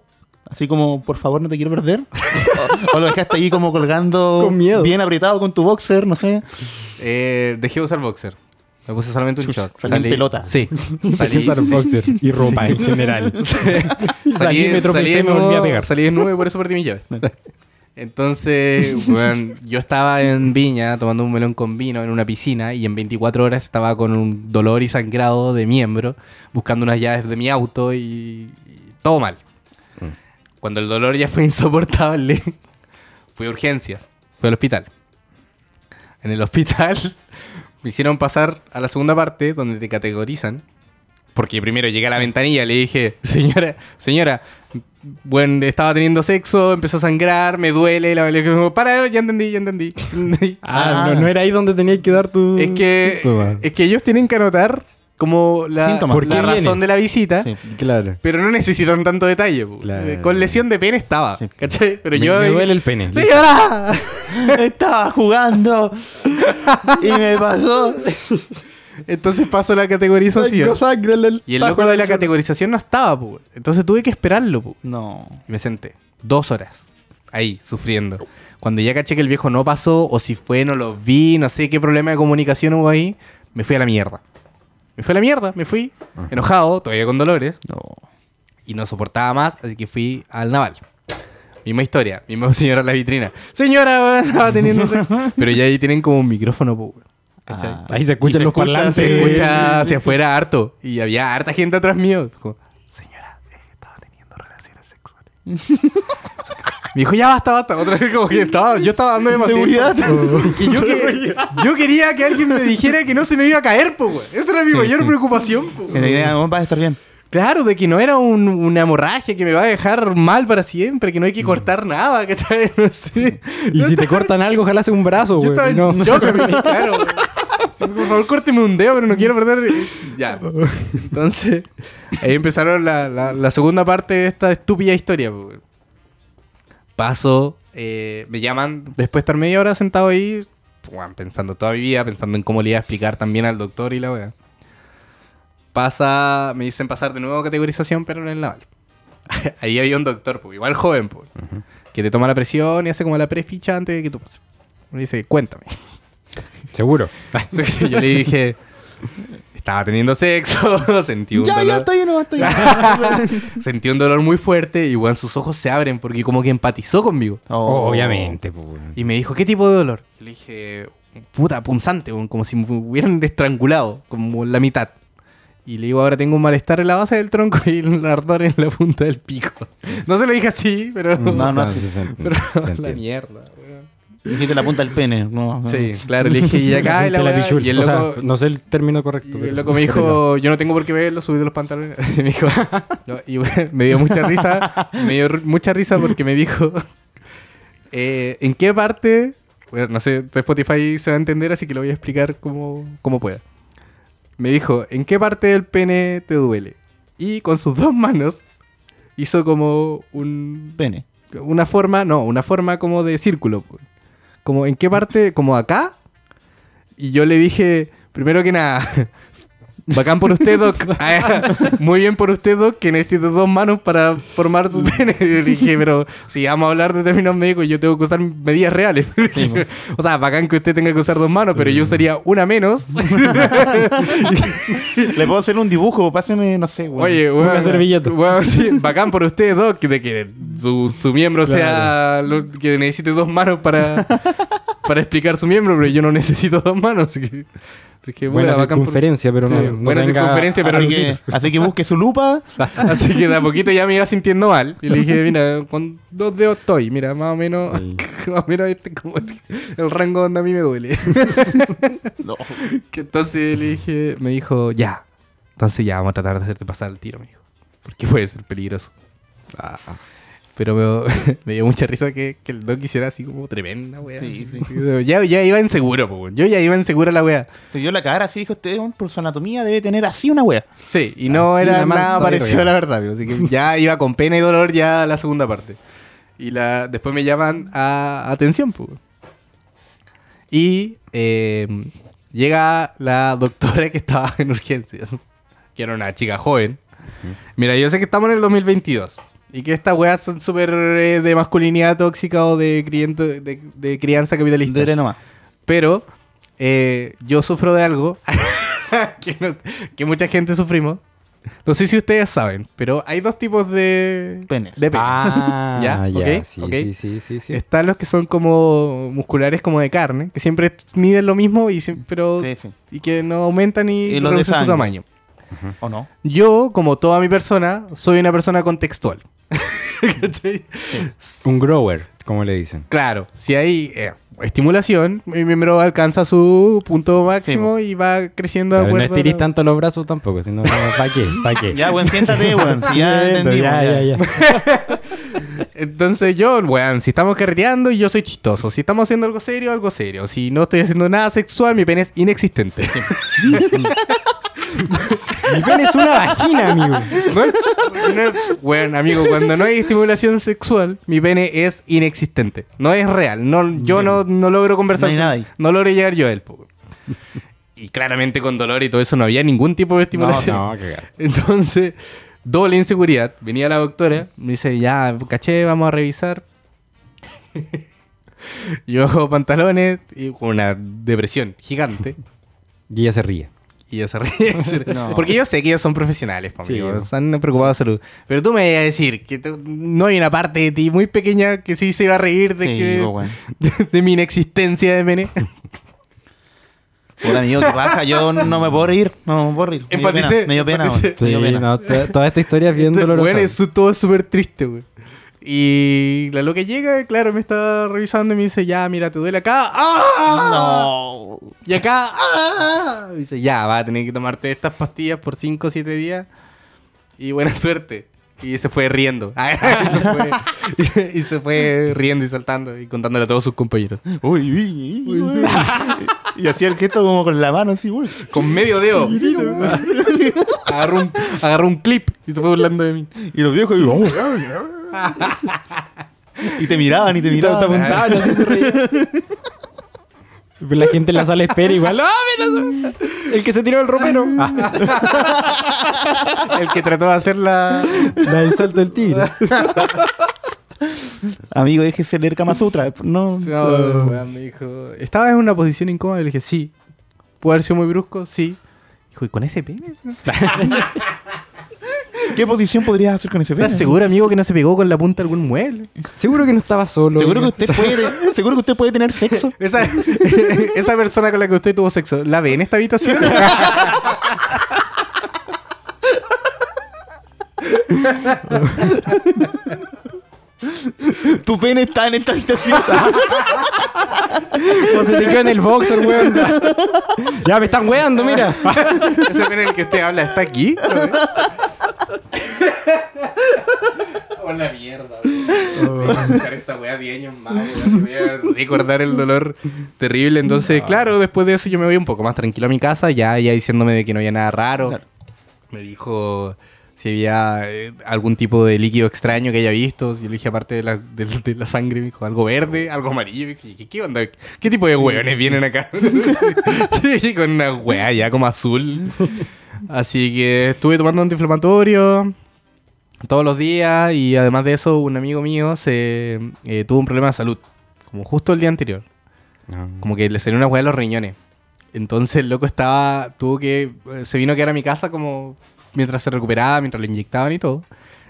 Speaker 1: Así como, por favor, no te quiero perder. o, o lo dejaste ahí como colgando.
Speaker 3: Con miedo.
Speaker 1: Bien apretado con tu boxer, no sé.
Speaker 2: Eh, dejé de usar boxer. Me puse solamente un short.
Speaker 1: salí en pelota.
Speaker 2: Sí.
Speaker 3: Empecé a usar
Speaker 2: sí.
Speaker 3: boxer y ropa en general. Y salí, me tropecé
Speaker 2: salí
Speaker 3: y me volví a pegar.
Speaker 2: Salí desnudo y por eso perdí mi llave. Entonces, weón, yo estaba en Viña tomando un melón con vino en una piscina y en 24 horas estaba con un dolor y sangrado de miembro buscando unas llaves de mi auto y, y todo mal. Cuando el dolor ya fue insoportable, fui a urgencias, fui al hospital. En el hospital me hicieron pasar a la segunda parte donde te categorizan porque primero llegué a la ventanilla, le dije, señora, señora, bueno, estaba teniendo sexo, empezó a sangrar, me duele, la le dije, para, ya entendí, ya entendí.
Speaker 1: Ah.
Speaker 3: Ah, no, no era ahí donde tenías que dar tu.
Speaker 2: es que
Speaker 3: síntoma.
Speaker 2: es que ellos tienen que anotar como la,
Speaker 1: Síntomas.
Speaker 2: la
Speaker 1: ¿Por qué
Speaker 2: razón
Speaker 3: vienes?
Speaker 2: de la visita.
Speaker 1: Sí.
Speaker 3: Claro.
Speaker 2: Pero no necesitan tanto detalle. po.
Speaker 3: Claro.
Speaker 2: Eh, Con lesión de pene estaba.
Speaker 1: Sí.
Speaker 2: ¿Cachai? Pero
Speaker 3: Me-
Speaker 2: yo.
Speaker 3: me duele el pene.
Speaker 2: ¡Señora!
Speaker 1: Estaba jugando. y me pasó.
Speaker 2: Entonces paso la categorización. ¿eh? Y el loco de la categorización no estaba, po. Entonces tuve que esperarlo, po.
Speaker 1: No.
Speaker 2: Y me senté. Dos horas. Ahí, sufriendo. Cuando ya caché que el viejo no pasó, o si fue, no lo vi, no sé qué problema de comunicación hubo ahí, me fui a la mierda. Me fui a la mierda, me fui enojado, todavía con dolores,
Speaker 1: No.
Speaker 2: y no soportaba más, así que fui al naval. Misma historia, misma señora en la vitrina. Señora, weón, estaba teniendo sexo. Pero ya ahí tienen como un micrófono, po, weón. ¿Cachai?
Speaker 1: Ah.
Speaker 3: Ahí se
Speaker 1: Y
Speaker 3: escuchan
Speaker 1: se
Speaker 3: los
Speaker 1: escucha,
Speaker 3: parlantes.
Speaker 1: se
Speaker 2: Se
Speaker 1: Eh,
Speaker 2: escucha hacia afuera harto. Y había harta gente atrás mío. Como, Señora, eh, estaba teniendo relaciones sexuales. Me dijo, ya basta, basta. Otra vez como que estaba, yo estaba dando demasiado.
Speaker 1: Seguridad.
Speaker 2: Que yo, que- yo quería que alguien me dijera que no se me iba a caer, po, güey. Esa era mi
Speaker 1: Sí,
Speaker 2: mayor
Speaker 1: sí.
Speaker 2: preocupación, po.
Speaker 1: En la idea, vos vas a estar bien.
Speaker 2: Claro, de que no era un, una hemorragia que me va a dejar mal para siempre, que no hay
Speaker 1: Mm.
Speaker 2: que cortar nada, que no sé.
Speaker 3: Y si te cortan algo, ojalá sea un brazo,
Speaker 2: Yo
Speaker 3: güey.
Speaker 2: estaba en
Speaker 3: No.
Speaker 2: shock, amigo, claro. Sí, Por favor, córteme un dedo, pero no quiero perder. Ya. Entonces, ahí empezaron la, la- la segunda parte de esta estúpida historia. po, weón. Paso, eh, me llaman después de estar media hora sentado ahí, weón, pensando toda mi vida, pensando en cómo le iba a explicar también al doctor y la wea. Pasa, me dicen pasar de nuevo a categorización, pero no en la Ahí había un doctor, po, igual joven, po, que te toma la presión y hace como la preficha antes de que tú pases. Me dice, cuéntame.
Speaker 3: Seguro.
Speaker 2: Entonces yo le dije, estaba teniendo sexo, sentí un,
Speaker 1: Ya, ya
Speaker 2: dolor,
Speaker 1: estoy bien, no, estoy bien.
Speaker 2: sentí un dolor muy fuerte y weón, sus ojos se abren porque como que empatizó conmigo.
Speaker 1: Oh.
Speaker 3: Obviamente, pues, güey.
Speaker 2: Y me dijo, ¿qué tipo de dolor? Yo le dije, puta, punzante, weón, como si me hubieran estrangulado, como la mitad. Y le digo, ahora tengo un malestar en la base del tronco y un ardor en la punta del pico. No se lo dije así, pero...
Speaker 1: No, no, sí.
Speaker 3: se entiende,
Speaker 2: Pero
Speaker 3: se
Speaker 2: la
Speaker 3: entiende.
Speaker 2: mierda, weón.
Speaker 1: Dijiste la punta del pene. No, no.
Speaker 2: Sí, claro, le dije, y acá y la weá,
Speaker 3: Pelabichul.
Speaker 2: Y el
Speaker 3: O
Speaker 2: loco,
Speaker 3: sea, no sé el término correcto.
Speaker 2: y
Speaker 3: pero-
Speaker 2: el loco me dijo, yo no tengo por qué verlo, subí de los pantalones. Y me dijo, no, y bueno, me dio mucha risa, me dio r- mucha risa porque me dijo, eh, ¿en qué parte? Bueno, no sé, Spotify se va a entender, así que lo voy a explicar como, como pueda. Me dijo, ¿en qué parte del pene te duele? Y con sus dos manos hizo como un,
Speaker 1: Pene.
Speaker 2: una forma, no, una forma como de círculo. po. Como en qué parte, como acá. Y yo le dije, primero que nada, bacán por usted, Doc. Ah, Muy bien por usted, Doc, que necesito dos manos para formar su pene. Y le dije, pero si vamos a hablar de términos médicos, yo tengo que usar medidas reales.
Speaker 1: pues.
Speaker 2: o sea, bacán que usted tenga que usar dos manos, pero yo usaría una menos.
Speaker 1: Le puedo hacer un dibujo, páseme, no sé, güey.
Speaker 2: Oye,
Speaker 3: una
Speaker 2: weón,
Speaker 3: servilleta.
Speaker 2: weón, sí, bacán por usted, Doc, de que su, su miembro sea. lo- que necesite dos manos para, para explicar su miembro, pero yo no necesito dos manos. Así que, dije,
Speaker 3: Buena
Speaker 2: weón, bacán por-
Speaker 3: circunferencia, pero no.
Speaker 2: Sí,
Speaker 3: no
Speaker 2: buena
Speaker 3: venga-
Speaker 2: circunferencia, pero
Speaker 1: así,
Speaker 2: no-
Speaker 1: que, así que busque su lupa.
Speaker 2: Así que de a poquito ya me iba sintiendo mal. Y le dije, mira, con dos dedos estoy. Mira, más o menos. Más o menos este como el, el rango donde a mí me duele.
Speaker 1: No.
Speaker 2: Que entonces le dije, me dijo, ya. Entonces ya vamos a tratar de hacerte pasar el tiro, me dijo. Porque puede ser peligroso. Ah. Pero me, me dio mucha risa que, que el Doc hiciera así como tremenda, weá.
Speaker 1: Sí,
Speaker 2: Así, Ya, ya iba inseguro, po, weón. yo ya iba inseguro a la weá.
Speaker 1: Te dio la cara así, dijo "Este usted, weón, por su anatomía debe tener así una wea.
Speaker 2: Sí, y no
Speaker 3: Así
Speaker 2: era
Speaker 3: una mansa
Speaker 2: nada parecido
Speaker 3: verga.
Speaker 2: a la verdad, amigo. Así que ya iba con pena y dolor ya a la segunda parte. Y la, después me llaman a atención, pues. Y eh, llega la doctora que estaba en urgencias, que era una chica joven. Mira, yo sé que estamos en el 2022 y que estas weas son súper eh, de masculinidad tóxica o de, criento- de, de crianza capitalista.
Speaker 1: Dele nomás.
Speaker 2: Pero eh, yo sufro de algo que, no- que mucha gente sufrimos. No sé si ustedes saben, pero hay dos tipos de
Speaker 1: Penes.
Speaker 2: De penes.
Speaker 3: Ah,
Speaker 2: ¿Ya?
Speaker 3: ya,
Speaker 2: Ok,
Speaker 3: sí,
Speaker 2: ok.
Speaker 3: sí, sí, sí, sí.
Speaker 2: Están los que son como musculares, como de carne, que siempre miden lo mismo y, siem- pero,
Speaker 1: Sí, sí.
Speaker 2: y que no aumentan y,
Speaker 1: Y los de
Speaker 2: reducen su
Speaker 1: sangre.
Speaker 2: tamaño.
Speaker 1: ¿O no?
Speaker 2: Yo, como toda mi persona, soy una persona contextual. ¿Cachai?
Speaker 3: Un grower, como le dicen.
Speaker 2: Claro, si hay eh, estimulación, mi miembro alcanza su punto máximo y va creciendo de
Speaker 3: Pero no
Speaker 2: acuerdo a
Speaker 3: estirís
Speaker 2: la-
Speaker 3: tanto los brazos tampoco, sino ¿para qué? ¿Para qué?
Speaker 1: Ya, weón, siéntate, weón. Si ya
Speaker 3: Entiendo,
Speaker 1: entendimos.
Speaker 3: ya,
Speaker 1: ya.
Speaker 3: ya, ya.
Speaker 2: Entonces yo, weón, si estamos carreteando, yo soy chistoso. Si estamos haciendo algo serio, algo serio. Si no estoy haciendo nada sexual, mi pene es inexistente.
Speaker 3: Mi pene es una vagina, amigo.
Speaker 2: No- weón, amigo, cuando no hay estimulación sexual, mi pene es inexistente. No es real. No, yo no, no logro
Speaker 1: No
Speaker 2: conversar.
Speaker 1: hay
Speaker 2: con-
Speaker 1: nada ahí.
Speaker 2: no logro llegar yo a él. po. Y claramente con dolor y todo eso no había ningún tipo de estimulación.
Speaker 3: No, no, cagar.
Speaker 2: Entonces, doble inseguridad. Venía la doctora, me dice, ya, caché, vamos a revisar. Yo bajo pantalones y con una depresión gigante.
Speaker 3: Y ella se ríe.
Speaker 2: Y yo se ríe.
Speaker 1: No.
Speaker 2: Porque yo sé que ellos son profesionales, pa,
Speaker 3: Sí,
Speaker 2: amigo,
Speaker 3: yo.
Speaker 2: Están preocupados de salud. Pero tú me vas a decir que tú- no hay una parte de ti muy pequeña que sí se va a reír de,
Speaker 1: Sí,
Speaker 2: que-
Speaker 1: weón.
Speaker 2: de, de mi inexistencia de pene.
Speaker 1: Puta, amigo, qué paja. Yo no me puedo reír. No me puedo reír. Me dio pena,
Speaker 2: Empaticé,
Speaker 1: Me dio pena, weón.
Speaker 2: empaticé.
Speaker 1: Me dio
Speaker 3: Sí,
Speaker 1: pena.
Speaker 2: ¿ah?
Speaker 3: no, to- toda esta historia es bien
Speaker 2: Entonces,
Speaker 3: dolorosa.
Speaker 2: Bueno, eso todo Este es súper triste, güey. Y la loca llega, claro, me está revisando y me dice, ya, mira, te duele acá. ¡Ah!
Speaker 1: No.
Speaker 2: Y acá. ¡Ah! Y dice, ya, va a tener que tomarte estas pastillas por 5 o 7 días. Y buena suerte. Y se fue riendo. y, se fue, y se fue riendo y saltando y contándole a todos sus compañeros.
Speaker 1: Uy, uy, uy, uy. Y hacía el gesto como con la mano así, uy.
Speaker 2: Con medio dedo. agarró, un, agarró un clip y se fue burlando de mí.
Speaker 1: Y los viejos, y, "Oh, y te miraban y te
Speaker 3: Y todo
Speaker 1: miraban.
Speaker 3: está apuntado, así se ríe. Pero La gente en la sala espera igual. ¡Ah, mira! El que se tiró el romero. Ah,
Speaker 2: El que trató de hacer la.
Speaker 3: la del salto del tigre.
Speaker 1: Amigo, déjese leer Kama Sutra. No.
Speaker 2: No, weón, me dijo. Estaba en una posición incómoda y le dije, sí. ¿Puede haber sido muy brusco? Sí. Dijo, ¿y con ese pene?
Speaker 1: ¿Qué posición podrías hacer con ese pene?
Speaker 2: ¿Estás seguro, amigo, que no se pegó con la punta de algún mueble?
Speaker 3: Seguro que no estaba solo.
Speaker 1: ¿Seguro que usted puede, seguro que usted puede tener sexo?
Speaker 2: Esa, esa persona con la que usted tuvo sexo, ¿la ve en esta habitación?
Speaker 1: Tu pene está en esta habitación.
Speaker 3: Como se te quedó en el boxer, weón. Ya me están weando, mira.
Speaker 2: Ah. Ese pene del que usted habla está aquí. Hola Oh, mierda, weón. Voy a buscar esta weá 10 años más, weón. Voy a recordar el dolor terrible. Entonces, claro, después de eso yo me voy un poco más tranquilo a mi casa, ya, ya diciéndome de que no había nada raro.
Speaker 1: Claro.
Speaker 2: Me dijo si había eh, algún tipo de líquido extraño que haya visto. Yo le dije, aparte de la, de, de la sangre, me dijo, algo verde, algo amarillo. Me dije, ¿qué, qué onda? ¿Qué tipo de weones vienen acá? Y Con una wea ya como azul. Así que estuve tomando antiinflamatorio todos los días y además de eso un amigo mío se eh, tuvo un problema de salud, como justo el día anterior, como que le salió una hueá a los riñones. Entonces el loco estaba, tuvo que, eh, se vino a quedar a mi casa como mientras se recuperaba, mientras lo inyectaban y todo.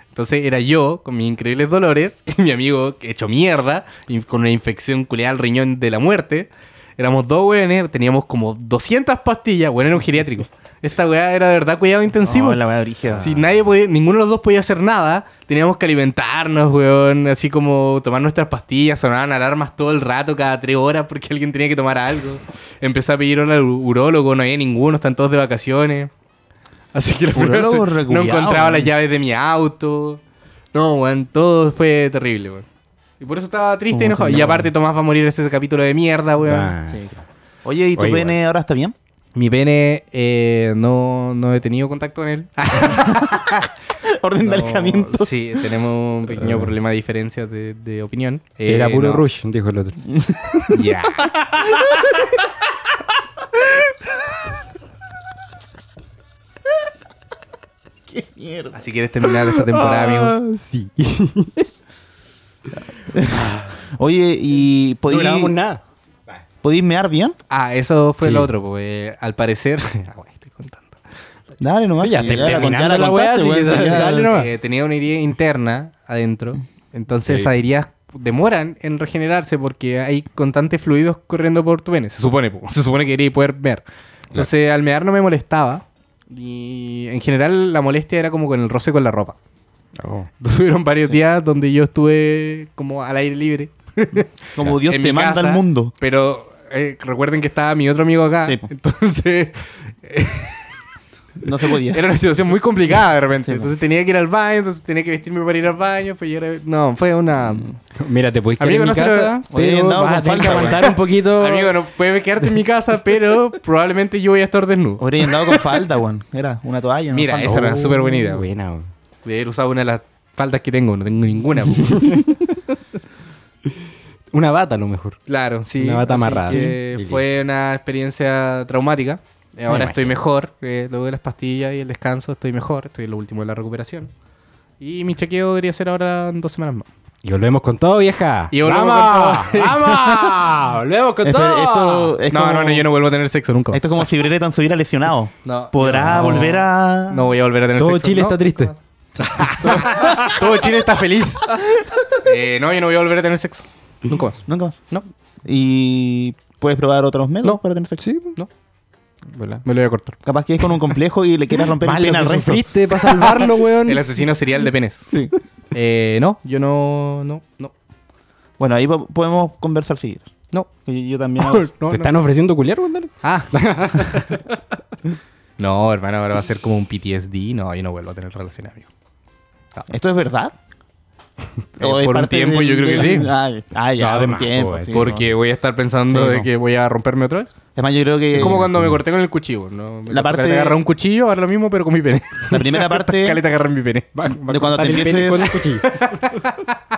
Speaker 2: Entonces era yo con mis increíbles dolores y mi amigo que hecho mierda y con una infección culeada al riñón de la muerte. Éramos dos weones, teníamos como 200 pastillas, bueno, era un geriátrico. Esta weá era de verdad cuidado intensivo.
Speaker 1: No, la weá brígida.
Speaker 2: Si nadie podía, ninguno de los dos podía hacer nada, teníamos que alimentarnos, weón, así como tomar nuestras pastillas, sonaban alarmas todo el rato, cada tres horas, porque alguien tenía que tomar algo. Empecé a pedir al u- urólogo, no había ninguno, están todos de vacaciones. Así que la primera
Speaker 1: Urólogo
Speaker 2: vez no
Speaker 1: reculiao,
Speaker 2: encontraba las
Speaker 1: weón.
Speaker 2: llaves de mi auto. No, weón, todo fue terrible, weón. Y por eso estaba triste y enojado. Y aparte Tomás va a morir ese capítulo de mierda, weón.
Speaker 3: Ah,
Speaker 2: Sí.
Speaker 1: Oye, ¿y tu
Speaker 3: Oye,
Speaker 1: pene ahora está bien?
Speaker 2: Mi pene, eh, no, no he tenido contacto con él.
Speaker 1: Orden de
Speaker 2: No,
Speaker 1: alejamiento.
Speaker 2: Sí, tenemos un pequeño problema de diferencias de, de opinión. Eh,
Speaker 3: Era puro
Speaker 2: no.
Speaker 3: rush, dijo el otro.
Speaker 2: Ya.
Speaker 1: Qué mierda.
Speaker 2: Así quieres terminar esta
Speaker 3: Ah.
Speaker 2: temporada, amigo.
Speaker 3: sí.
Speaker 1: Oye, ¿y
Speaker 3: No
Speaker 1: podí,
Speaker 3: grabamos nada.
Speaker 1: podí mear bien?
Speaker 2: Ah, eso fue
Speaker 3: Sí.
Speaker 2: lo otro, porque al parecer. Ah, güey, estoy contando.
Speaker 1: Dale nomás.
Speaker 3: Sí, ya
Speaker 1: si
Speaker 3: te-
Speaker 1: la
Speaker 3: terminando
Speaker 1: contaste,
Speaker 3: la
Speaker 2: Este
Speaker 3: weá, así
Speaker 1: weón,
Speaker 3: que
Speaker 1: si ya-
Speaker 3: Ah, dale nomás.
Speaker 2: Eh, tenía una herida interna adentro. Entonces
Speaker 3: Sí.
Speaker 2: esas heridas demoran en regenerarse porque hay constantes fluidos corriendo por tu pene. Se supone, po. se supone que quería poder ver. Entonces al mear no me molestaba. Y en general la molestia era como con el roce con la ropa. Oh. Tuvieron varios días donde yo estuve como al aire libre.
Speaker 1: Como Dios
Speaker 2: En
Speaker 1: te
Speaker 2: mi
Speaker 1: manda
Speaker 2: casa,
Speaker 1: al mundo.
Speaker 2: Pero eh, recuerden que estaba mi otro amigo acá.
Speaker 1: Sí, po.
Speaker 2: Entonces
Speaker 1: No se podía.
Speaker 2: era una situación muy complicada de repente.
Speaker 1: Sí, po.
Speaker 2: entonces tenía que ir al baño, entonces tenía que vestirme para ir al baño. Pues yo era... No, fue una...
Speaker 3: Mira, te puedes quedar
Speaker 2: Amigo,
Speaker 3: en
Speaker 2: no
Speaker 3: mi
Speaker 2: se lo-
Speaker 3: casa,
Speaker 1: Oye,
Speaker 3: pero
Speaker 1: andaba
Speaker 3: vas a
Speaker 1: con
Speaker 3: tener que
Speaker 1: falta,
Speaker 3: aguantar
Speaker 1: weón.
Speaker 3: un poquito.
Speaker 2: Amigo, no puedes quedarte en mi casa, pero probablemente yo voy a estar desnudo.
Speaker 1: Habría andado con falda, weón. Era una toalla. ¿no?
Speaker 2: Mira,
Speaker 1: Falda.
Speaker 2: esa era súper buena idea.
Speaker 3: Oh, Buena, weón.
Speaker 2: Voy a haber usado una de las faldas que tengo. No tengo ninguna. po.
Speaker 3: Una bata a lo mejor.
Speaker 2: Claro, sí.
Speaker 3: Una bata
Speaker 2: así
Speaker 3: amarrada.
Speaker 2: que
Speaker 3: Sí, y
Speaker 2: Fue una experiencia traumática. Eh, Ahora
Speaker 3: Me
Speaker 2: estoy mejor. eh, luego de las pastillas y el descanso estoy mejor. Estoy en lo último de la recuperación. Y mi chequeo debería ser ahora en dos semanas más.
Speaker 3: Y volvemos con todo, vieja.
Speaker 2: Y volvemos
Speaker 3: ¡Vamos!
Speaker 2: con todo.
Speaker 3: ¡Vamos! ¡Volvemos con
Speaker 1: Esto-
Speaker 3: todo!
Speaker 1: esto es
Speaker 2: no,
Speaker 1: como-
Speaker 2: no, no, yo no vuelvo a tener sexo nunca. más.
Speaker 1: Esto es como si Brereton se hubiera lesionado.
Speaker 2: No,
Speaker 1: ¿Podrá
Speaker 2: no,
Speaker 1: volver a...?
Speaker 2: No voy a volver a tener
Speaker 3: Todo
Speaker 2: sexo.
Speaker 3: Chile
Speaker 2: No,
Speaker 3: está triste.
Speaker 2: Todo Chile está feliz. Eh, no, yo no voy a volver a tener sexo. Nunca más.
Speaker 1: Nunca más.
Speaker 2: No.
Speaker 1: ¿Y puedes probar otros métodos para tener sexo?
Speaker 3: Sí,
Speaker 2: no. Me lo voy a cortar.
Speaker 1: Capaz que es con un complejo y le quieras romper
Speaker 3: Vale,
Speaker 1: el pene
Speaker 3: que
Speaker 1: al resto.
Speaker 3: sufriste para salvarlo, weón.
Speaker 2: El asesino serial de penes.
Speaker 1: Sí.
Speaker 2: Eh, no, yo no, no, no,
Speaker 1: Bueno, ahí po- podemos conversar seguir.
Speaker 2: no.
Speaker 1: Yo, yo también... hago eso.
Speaker 2: No,
Speaker 3: ¿Te
Speaker 2: no.
Speaker 3: están ofreciendo culiar, weón? Dale.
Speaker 2: Ah. no, hermano, ahora va a ser como un PTSD. No, yo no vuelvo a tener relación, amigo.
Speaker 1: ¿Esto es verdad?
Speaker 2: Eh,
Speaker 1: ¿O es
Speaker 2: por un
Speaker 1: parte
Speaker 2: tiempo yo creo que sí.
Speaker 1: Ah, ah, ya,
Speaker 3: No,
Speaker 1: por un
Speaker 3: además,
Speaker 1: tiempo.
Speaker 3: pues,
Speaker 1: sí,
Speaker 2: Porque
Speaker 1: no.
Speaker 2: voy a estar pensando
Speaker 1: Sí,
Speaker 2: de
Speaker 1: no.
Speaker 2: que voy a romperme otra vez.
Speaker 1: Además, yo creo que...
Speaker 2: Es como cuando me corté con el cuchillo. ¿no? Me
Speaker 1: La
Speaker 2: corté
Speaker 1: parte-
Speaker 2: caleta agarra un cuchillo, ahora lo mismo, pero con mi pene.
Speaker 1: La primera parte...
Speaker 2: Caleta agarra mi pene.
Speaker 3: Va- va a
Speaker 1: De cuando
Speaker 3: cortar
Speaker 1: te
Speaker 3: el pene
Speaker 1: empieces-
Speaker 3: con el cuchillo.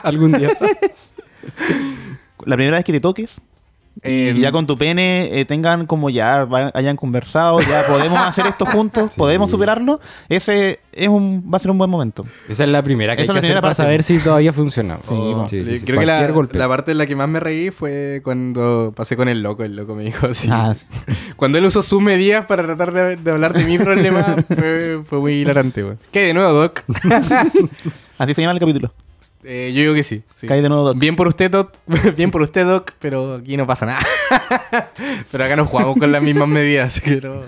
Speaker 3: Algún día.
Speaker 1: la primera vez que te toques
Speaker 2: Eh,
Speaker 1: y ya con tu pene eh, tengan como ya va- hayan conversado, ya podemos hacer esto juntos, podemos superarlo, ese es un, va a ser un buen momento.
Speaker 3: Esa es la primera que
Speaker 1: Esa
Speaker 3: hay que
Speaker 1: es la
Speaker 3: hacer
Speaker 1: primera
Speaker 3: para
Speaker 1: parte.
Speaker 3: saber si todavía funciona.
Speaker 2: Oh, le- creo que la, la parte en la que más me reí fue cuando pasé con el loco. El loco me dijo así.
Speaker 1: Ah, sí.
Speaker 2: Cuando él usó sus medidas para tratar de, de hablar de mi problema, fue, fue muy hilarante, güey. ¿Qué hay de nuevo, Doc?
Speaker 1: Así se llama el capítulo.
Speaker 2: Eh, yo digo que sí. sí.
Speaker 1: Cae de nuevo Doc.
Speaker 2: Bien por usted, Doc. Bien por usted, Doc, pero aquí no pasa nada. pero acá nos jugamos con las mismas medidas, así que no.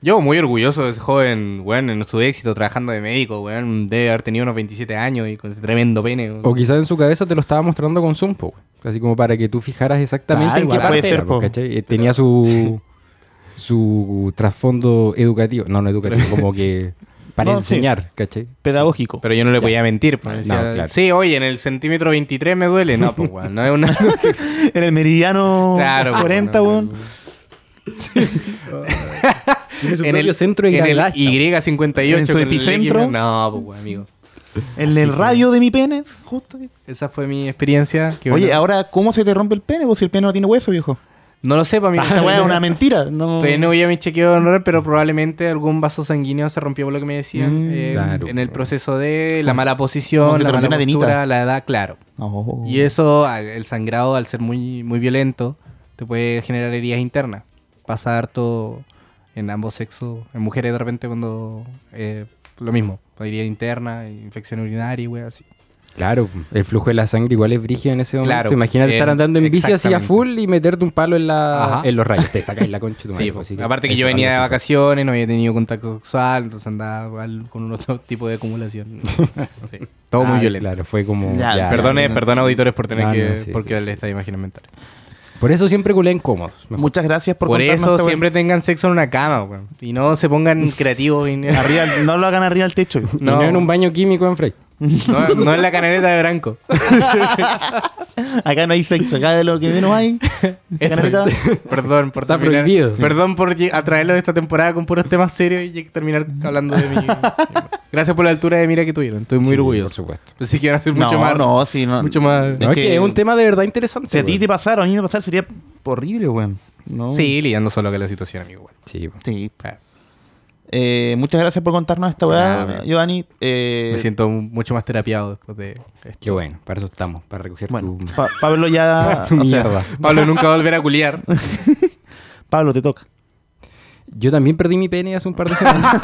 Speaker 2: Yo muy orgulloso de ese joven, weón, en su éxito trabajando de médico, weón. Debe haber tenido unos 27 años y con ese tremendo pene. weón.
Speaker 3: O quizás en su cabeza te lo estaba mostrando con Zoom, po, güey. Así como para que tú fijaras exactamente
Speaker 1: Claro,
Speaker 3: en qué
Speaker 1: igual
Speaker 3: parte
Speaker 1: puede
Speaker 3: era,
Speaker 1: ser,
Speaker 3: po,
Speaker 1: po.
Speaker 3: ¿cachai? Eh, Tenía su, su trasfondo educativo. No, no educativo, como que para
Speaker 1: No, sí.
Speaker 3: enseñar, ¿cachai?
Speaker 1: Pedagógico.
Speaker 2: Pero yo no le podía mentir.
Speaker 1: Ah,
Speaker 2: pues,
Speaker 3: No,
Speaker 2: decía,
Speaker 3: claro.
Speaker 2: Sí, oye, en el centímetro 23 me duele. No, pues, weón, no es una...
Speaker 1: en el meridiano
Speaker 2: claro, pues,
Speaker 1: 40,
Speaker 2: no,
Speaker 1: weón.
Speaker 2: no.
Speaker 3: Tiene su
Speaker 2: En
Speaker 3: propio
Speaker 2: el-
Speaker 3: centro de
Speaker 2: en el
Speaker 3: gravedad,
Speaker 2: Y58.
Speaker 1: En su
Speaker 2: con el
Speaker 1: epicentro.
Speaker 2: X- No, pues, weón, amigo.
Speaker 1: En el radio de mi pene, justo. que-
Speaker 2: Esa fue mi experiencia. que
Speaker 1: Oye, ah,
Speaker 2: no-
Speaker 1: ahora, ¿cómo se te rompe el pene? Pues si el pene no tiene hueso, viejo.
Speaker 2: No lo sé, pues, para mí.
Speaker 1: Esta weá es una mentira. No...
Speaker 2: Todavía no voy a mi chequeo de honor, pero probablemente algún vaso sanguíneo se rompió por lo que me decían.
Speaker 1: Mm,
Speaker 2: eh,
Speaker 3: claro.
Speaker 2: En el proceso de la
Speaker 1: Como
Speaker 2: mala
Speaker 1: como
Speaker 2: posición,
Speaker 1: si
Speaker 2: la
Speaker 1: te rompió
Speaker 2: mala
Speaker 1: una Oh. venita.
Speaker 2: postura, la edad, claro.
Speaker 1: No.
Speaker 2: Y eso, al- el sangrado, al ser muy, muy violento, te puede generar heridas internas. Pasa harto en ambos sexos. En mujeres de repente cuando... eh, lo mismo. Herida interna, infección urinaria, y wey, así.
Speaker 3: Claro, el flujo de la sangre igual es brígido en ese momento.
Speaker 2: Claro,
Speaker 3: Imagínate estar
Speaker 2: en-
Speaker 3: andando en bici así a
Speaker 2: exactamente.
Speaker 3: full y meterte un palo en, la,
Speaker 2: Ajá.
Speaker 3: en los rayos. Te sacáis la concha de tu madre,
Speaker 2: Sí,
Speaker 3: pues,
Speaker 2: po.
Speaker 3: así
Speaker 2: aparte que
Speaker 3: eso,
Speaker 2: yo venía de
Speaker 3: algo así pues. fue.
Speaker 2: vacaciones, no había tenido contacto sexual, entonces andaba igual con otro tipo de acumulación. Sí. Todo muy
Speaker 3: Ah,
Speaker 2: violento.
Speaker 3: Claro, fue como.
Speaker 1: Ya,
Speaker 3: ya,
Speaker 2: Perdone,
Speaker 1: no.
Speaker 2: perdona, auditores por tener
Speaker 3: Ah, No,
Speaker 2: que
Speaker 3: no, sí,
Speaker 2: por
Speaker 3: sí.
Speaker 2: crearle esta imagen mental.
Speaker 3: Por eso siempre culeen cómodos. mejor.
Speaker 1: Muchas gracias por
Speaker 2: Por,
Speaker 1: contarnos
Speaker 2: eso
Speaker 1: esta weá.
Speaker 2: siempre tengan sexo en una cama, weón. Y no se pongan creativos. y-
Speaker 1: Arriba, no lo hagan arriba al techo.
Speaker 3: Y no.
Speaker 2: No.
Speaker 3: en un baño químico en Frey.
Speaker 2: no, no en la canaleta de Branco.
Speaker 1: Acá no hay sexo, acá de lo que menos hay.
Speaker 2: Eso.
Speaker 1: Canaleta.
Speaker 2: Perdón por
Speaker 3: Está
Speaker 2: terminar-
Speaker 3: prohibido.
Speaker 2: Perdón por lle- atraerlo de esta temporada con puros temas serios y terminar hablando de mí. Gracias por la altura de mira que tuvieron. Estoy muy
Speaker 3: Sí, Por
Speaker 2: orgulloso.
Speaker 3: supuesto.
Speaker 2: Pensé que iban a ser mucho
Speaker 1: no,
Speaker 2: más.
Speaker 1: no, sí, no.
Speaker 2: Mucho más.
Speaker 1: Es
Speaker 3: No, es que,
Speaker 1: que-
Speaker 3: es un tema de verdad interesante.
Speaker 1: Si a ti
Speaker 3: weón.
Speaker 1: te pasara, a mí me pasara, sería horrible, weón. No.
Speaker 2: Sí, lidiando solo con la situación, amigo. Bueno.
Speaker 3: Sí, weón.
Speaker 1: Sí.
Speaker 2: Ah,
Speaker 1: Eh, muchas gracias por contarnos esta weá,
Speaker 2: Ah,
Speaker 1: Giovanni. Eh,
Speaker 2: Me siento mu- mucho más terapiado después de esto.
Speaker 3: Qué bueno, para eso estamos, para recoger
Speaker 1: Bueno,
Speaker 3: tu,
Speaker 1: Pa- Pablo ya.
Speaker 3: tu
Speaker 1: o sea,
Speaker 3: mierda.
Speaker 2: Pablo nunca va a volver a culiar.
Speaker 1: Pablo, te toca.
Speaker 3: Yo también perdí mi pene hace un par de semanas.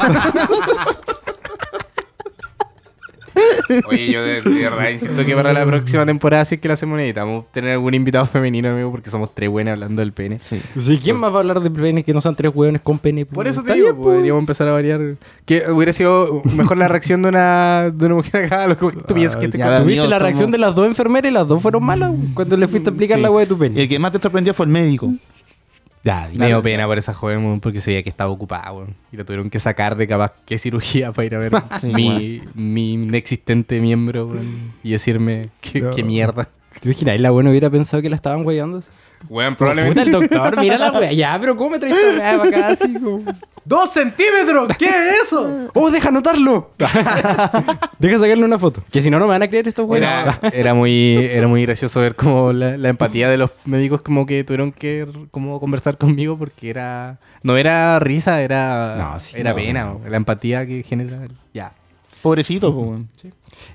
Speaker 2: Oye, yo de, de verdad insisto que para la próxima temporada, si es que la hacemos, necesitamos tener algún invitado femenino, amigo, porque somos tres buenas hablando del pene.
Speaker 1: Sí.
Speaker 3: Sí, ¿Quién más va a hablar de penes que no sean tres hueones con pene?
Speaker 2: Por eso te
Speaker 3: Está
Speaker 2: digo,
Speaker 3: bien,
Speaker 2: po,
Speaker 3: po.
Speaker 2: deberíamos empezar a variar. Que hubiera sido mejor la reacción de una, de una mujer acá, lo que tú piensas que te
Speaker 1: Ya,
Speaker 3: Tuviste
Speaker 1: amigos,
Speaker 3: la
Speaker 1: somos-
Speaker 3: reacción de las dos enfermeras y las dos fueron malas weón, cuando le fuiste a aplicar
Speaker 1: Sí.
Speaker 3: la hueá de tu
Speaker 1: Y
Speaker 3: pene.
Speaker 1: el que más te sorprendió fue el médico.
Speaker 3: Ya,
Speaker 2: Me dio pena por esa joven, weón, porque se veía que estaba ocupada, weón. Y la tuvieron que sacar de capaz qué cirugía para ir a ver
Speaker 1: Sí,
Speaker 2: mi, mi inexistente miembro, weón. Y decirme qué,
Speaker 3: No.
Speaker 2: qué mierda.
Speaker 3: ¿Te imaginas? La buena hubiera pensado que la estaban guayando.
Speaker 2: Weón,
Speaker 3: Puta,
Speaker 2: probablemente...
Speaker 3: el doctor, mira la wea. Ya, pero ¿cómo me traes esta wea para acá así? como?
Speaker 2: ¡Dos centímetros! ¿Qué es eso?
Speaker 3: ¡Oh, deja anotarlo! deja sacarle una foto. Que si no, no me van a creer estos weones.
Speaker 2: Era, era muy, era muy gracioso ver como la, la empatía de los médicos como que tuvieron que r- como conversar conmigo porque era... No era risa, era,
Speaker 3: No, sí,
Speaker 2: era
Speaker 3: no,
Speaker 2: pena. weón. La empatía que genera... Ya.
Speaker 1: Pobrecito, po, weón.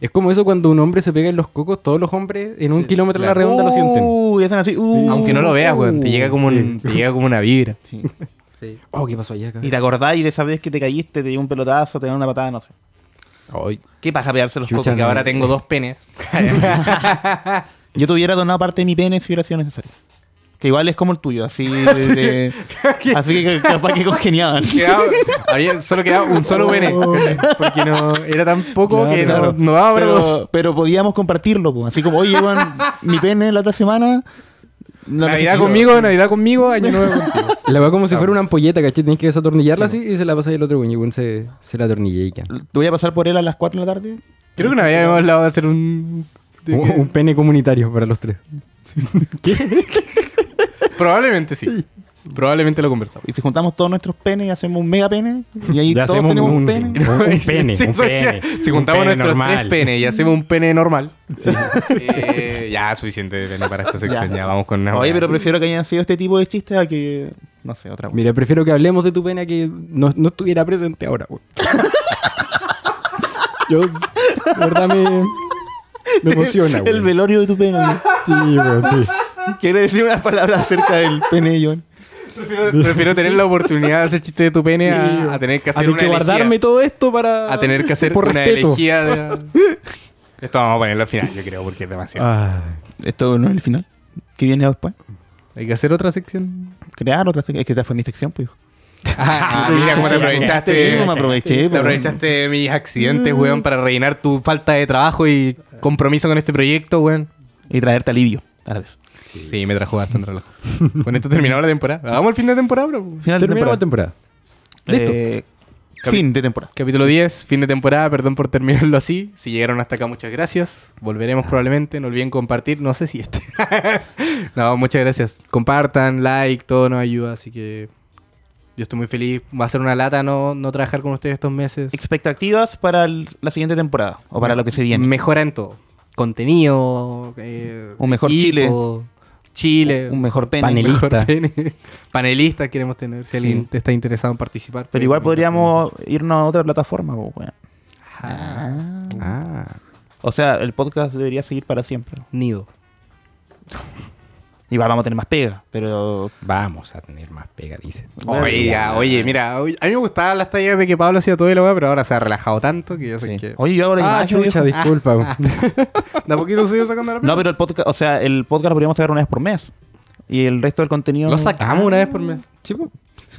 Speaker 3: Es como eso cuando un hombre se pega en los cocos, todos los hombres en un kilómetro a la
Speaker 2: claro.
Speaker 3: redonda lo sienten.
Speaker 1: Uh, y hacen así. uh.
Speaker 2: Aunque no lo veas, weón. Te llega como, un- te llega como una vibra.
Speaker 1: Sí.
Speaker 3: Oh, ¿qué pasó allá,
Speaker 1: Y te acordáis de esa vez que te caíste, te dio un pelotazo, te dio una patada, no sé. ¿Qué paja pegarse los
Speaker 3: Chucha,
Speaker 1: cocos?
Speaker 2: Porque ahora tengo dos penes.
Speaker 1: Yo te hubiera donado parte de mi pene si hubiera sido necesario. Que igual es como el tuyo, así de- así que capaz que congeniaban.
Speaker 2: Quedaba- había- solo quedaba un solo pene. Porque no, era tan poco que no-
Speaker 1: Oh. Claro.
Speaker 2: no, daba para
Speaker 1: pero,
Speaker 2: dos.
Speaker 1: pero podíamos compartirlo, po. así como, oye, weón, mi pene la otra semana. no
Speaker 2: Navidad
Speaker 1: necesito".
Speaker 2: conmigo, Navidad conmigo, Año Nuevo contigo.
Speaker 3: La va como si fuera una ampolleta, ¿cachai? Tenés que desatornillarla así y se la pasáis al otro güey. Y güey, se, se la atornilla y ya.
Speaker 1: Te voy a pasar por él a las 4 de la tarde.
Speaker 2: Creo que una vez habíamos hablado de hacer un... de
Speaker 3: Un,
Speaker 2: que-
Speaker 3: un pene comunitario para los tres.
Speaker 2: Probablemente sí. Probablemente lo conversamos.
Speaker 1: Y si juntamos todos nuestros penes y hacemos un mega pene, y ahí
Speaker 3: Ya
Speaker 1: todos
Speaker 3: hacemos
Speaker 1: tenemos un,
Speaker 3: un-
Speaker 1: pene.
Speaker 3: Un pene,
Speaker 2: Sí,
Speaker 3: un
Speaker 2: eso decía.
Speaker 3: pene,
Speaker 2: Si
Speaker 3: un
Speaker 2: juntamos
Speaker 3: pene
Speaker 2: nuestros
Speaker 3: normal.
Speaker 2: tres penes y hacemos un pene normal. eh, ya, suficiente de pene para esta sección.
Speaker 1: Ya.
Speaker 2: Ya, vamos con una.
Speaker 1: Oye, pero prefiero que hayan sido este tipo de chistes a que. No sé, otra weá.
Speaker 3: Mira, prefiero que hablemos de tu pene a que no, no estuviera presente ahora, güey. Yo, de verdad, me, me emociona, güey.
Speaker 1: El velorio de tu pene. weón.
Speaker 3: Sí, güey, sí.
Speaker 1: Quiero decir unas palabras acerca del pene, John.
Speaker 2: prefiero, prefiero tener la oportunidad de hacer chiste de tu pene a, a tener que
Speaker 3: A
Speaker 2: hacer
Speaker 3: tener
Speaker 2: una
Speaker 3: que guardarme
Speaker 2: elegía.
Speaker 3: todo esto para...
Speaker 2: A tener que hacer
Speaker 3: por
Speaker 2: una
Speaker 3: respeto.
Speaker 2: elegía de- Esto vamos a ponerlo al final, yo creo, porque es demasiado.
Speaker 1: Ah, Esto no es el final. ¿Qué viene después?
Speaker 2: Hay que hacer otra sección.
Speaker 1: Crear otra sección. Es que esta fue mi sección, pues. hijo.
Speaker 2: Ah,
Speaker 1: Tú
Speaker 2: mira
Speaker 1: dijiste,
Speaker 2: cómo te
Speaker 1: sí,
Speaker 2: aprovechaste.
Speaker 1: sí, me aproveché, pues.
Speaker 2: Te
Speaker 1: po.
Speaker 2: aprovechaste de mis accidentes, weón, para rellenar tu falta de trabajo y compromiso con este proyecto, weón.
Speaker 1: Y traerte alivio, a la vez.
Speaker 2: Sí, me trajo bastante reloj. con esto terminamos la temporada. Hagamos el fin de temporada, bro.
Speaker 1: Final de
Speaker 3: Terminamos
Speaker 1: temporada.
Speaker 3: la
Speaker 2: Listo.
Speaker 3: temporada.
Speaker 1: Eh, fin de temporada.
Speaker 2: Capítulo 10, fin de temporada, perdón por terminarlo así. Si llegaron hasta acá, muchas gracias. Volveremos probablemente, no olviden compartir, no sé si este. no, muchas gracias. Compartan, like, todo nos ayuda, así que yo estoy muy feliz. Va a ser una lata no, no trabajar con ustedes estos meses.
Speaker 1: Expectativas para el- la siguiente temporada o para lo que se viene.
Speaker 2: Mejora en todo. Contenido, eh,
Speaker 1: Un mejor
Speaker 2: Chile. Chile.
Speaker 1: Un mejor pene.
Speaker 3: Panelista.
Speaker 2: Mejor pene. Panelista queremos tener, si alguien te está interesado en participar.
Speaker 1: Pero igual podríamos irnos a otra plataforma, po, weón.
Speaker 3: Ah.
Speaker 1: O sea, el podcast debería seguir para siempre.
Speaker 2: Nido.
Speaker 1: Igual vamos a tener más pega, pero
Speaker 3: Vamos a tener más pega, dice.
Speaker 2: Oye, ya, oye, mira, oye, a mí me gustaban las tallas de que Pablo hacía todo y la weá, pero ahora se ha relajado tanto que yo sé
Speaker 1: Sí.
Speaker 2: que.
Speaker 1: Oye, yo hago la
Speaker 3: Ah,
Speaker 1: imagen,
Speaker 3: chucha,
Speaker 1: viejo.
Speaker 3: disculpa.
Speaker 2: De a poquito se iba sacando la
Speaker 1: No, pero el podcast, o sea, el podcast lo podríamos sacar una vez por mes. Y el resto del contenido.
Speaker 2: Lo sacamos una vez por mes.
Speaker 3: Chico,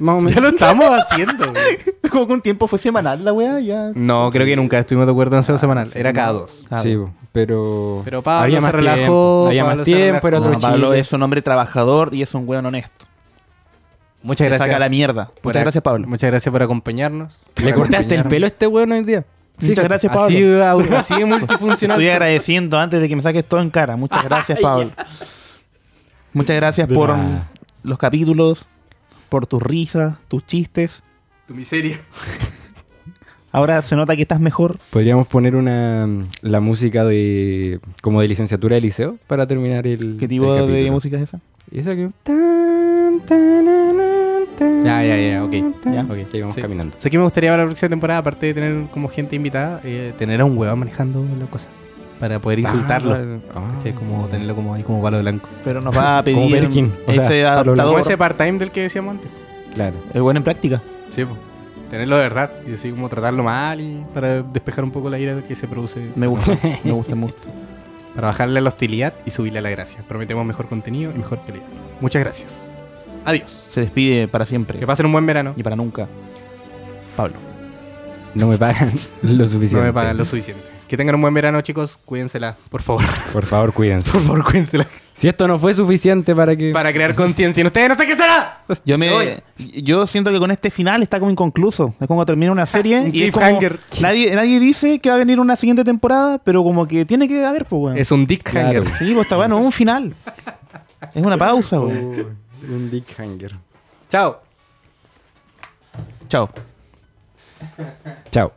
Speaker 3: más o menos.
Speaker 2: Ya lo estamos haciendo, güey.
Speaker 1: Como que un tiempo fue semanal la weá, ya.
Speaker 2: No, creo que nunca estuvimos de acuerdo en hacerlo semanal. Era cada dos.
Speaker 1: Claro.
Speaker 3: Sí, bo, pero.
Speaker 2: Pero Pablo se
Speaker 3: más
Speaker 2: relajó,
Speaker 3: tiempo, Había
Speaker 2: Pablo
Speaker 3: más
Speaker 2: se
Speaker 3: tiempo, era
Speaker 2: relajó.
Speaker 3: otro
Speaker 1: No, Pablo
Speaker 3: chile.
Speaker 1: es un hombre trabajador y es un weón honesto.
Speaker 2: Muchas
Speaker 1: Le
Speaker 2: gracias.
Speaker 1: saca la mierda. Muchas
Speaker 2: por ac-
Speaker 1: gracias, Pablo.
Speaker 2: Muchas gracias por acompañarnos.
Speaker 3: Le
Speaker 2: Por
Speaker 3: cortaste el
Speaker 2: acompañarnos.
Speaker 3: pelo a este weón hoy en día.
Speaker 1: Muchas gracias, Pablo.
Speaker 2: Así, au- así
Speaker 1: Estoy
Speaker 2: multifuncional.
Speaker 1: agradeciendo antes de que me saques todo en cara. Muchas gracias, Pablo. Muchas gracias
Speaker 3: De
Speaker 1: por
Speaker 3: nada.
Speaker 1: los capítulos, por tus risas, tus chistes.
Speaker 2: Tu miseria.
Speaker 1: Ahora se nota que estás mejor.
Speaker 3: Podríamos poner una mm, la música de como de licenciatura de liceo para terminar el
Speaker 1: ¿Qué tipo
Speaker 3: el
Speaker 1: de
Speaker 3: capítulo.
Speaker 1: música es esa?
Speaker 3: Y esa que tan, tan, tan,
Speaker 2: Ya, ya, ya, ok.
Speaker 1: Ya.
Speaker 3: Ok, ahí vamos
Speaker 2: Sí.
Speaker 3: caminando.
Speaker 2: Sé que me gustaría para la próxima temporada, aparte de tener como gente invitada, eh, tener a un huevón manejando la cosa. Para poder insultarlo.
Speaker 3: Ah.
Speaker 2: ¿Cachai? Como tenerlo como ahí como palo blanco.
Speaker 1: Pero nos va a pedir
Speaker 3: Perkin, o sea,
Speaker 1: ese
Speaker 3: Pablo
Speaker 2: Como
Speaker 1: adaptador.
Speaker 2: ese part-time del que decíamos antes.
Speaker 3: Claro.
Speaker 1: El bueno en práctica.
Speaker 2: Sí, pues. Tenerlo de verdad. Y así como tratarlo mal y para despejar un poco la ira que se produce.
Speaker 1: Me gusta, me gusta mucho.
Speaker 2: Para bajarle la hostilidad y subirle la gracia. Prometemos mejor contenido y mejor calidad. Muchas gracias. Adiós.
Speaker 1: Se despide para siempre
Speaker 2: Que pasen un buen verano.
Speaker 1: y para nunca. Pablo.
Speaker 3: No me pagan lo
Speaker 2: No
Speaker 3: suficiente.
Speaker 2: me pagan lo suficiente. Que tengan un buen verano, chicos. Cuídensela, por favor.
Speaker 3: Por favor, cuídense.
Speaker 2: Por favor, cuídensela.
Speaker 3: Si esto no fue suficiente para que
Speaker 2: Para crear conciencia en ustedes, no sé qué será.
Speaker 1: Yo
Speaker 2: Oye.
Speaker 1: me yo siento que con este final está como inconcluso. Es como termina una serie
Speaker 2: Un
Speaker 1: y es como-
Speaker 2: cliffhanger.
Speaker 1: nadie, nadie dice que va a venir una siguiente temporada, pero como que tiene que haber, pues weón.
Speaker 2: Es un dick
Speaker 3: Claro.
Speaker 2: hanger.
Speaker 1: Sí, pues está bueno, es un final. Es una pausa, weón.
Speaker 3: Uy, un dick hanger.
Speaker 2: Chao.
Speaker 1: Chao.
Speaker 3: Chao.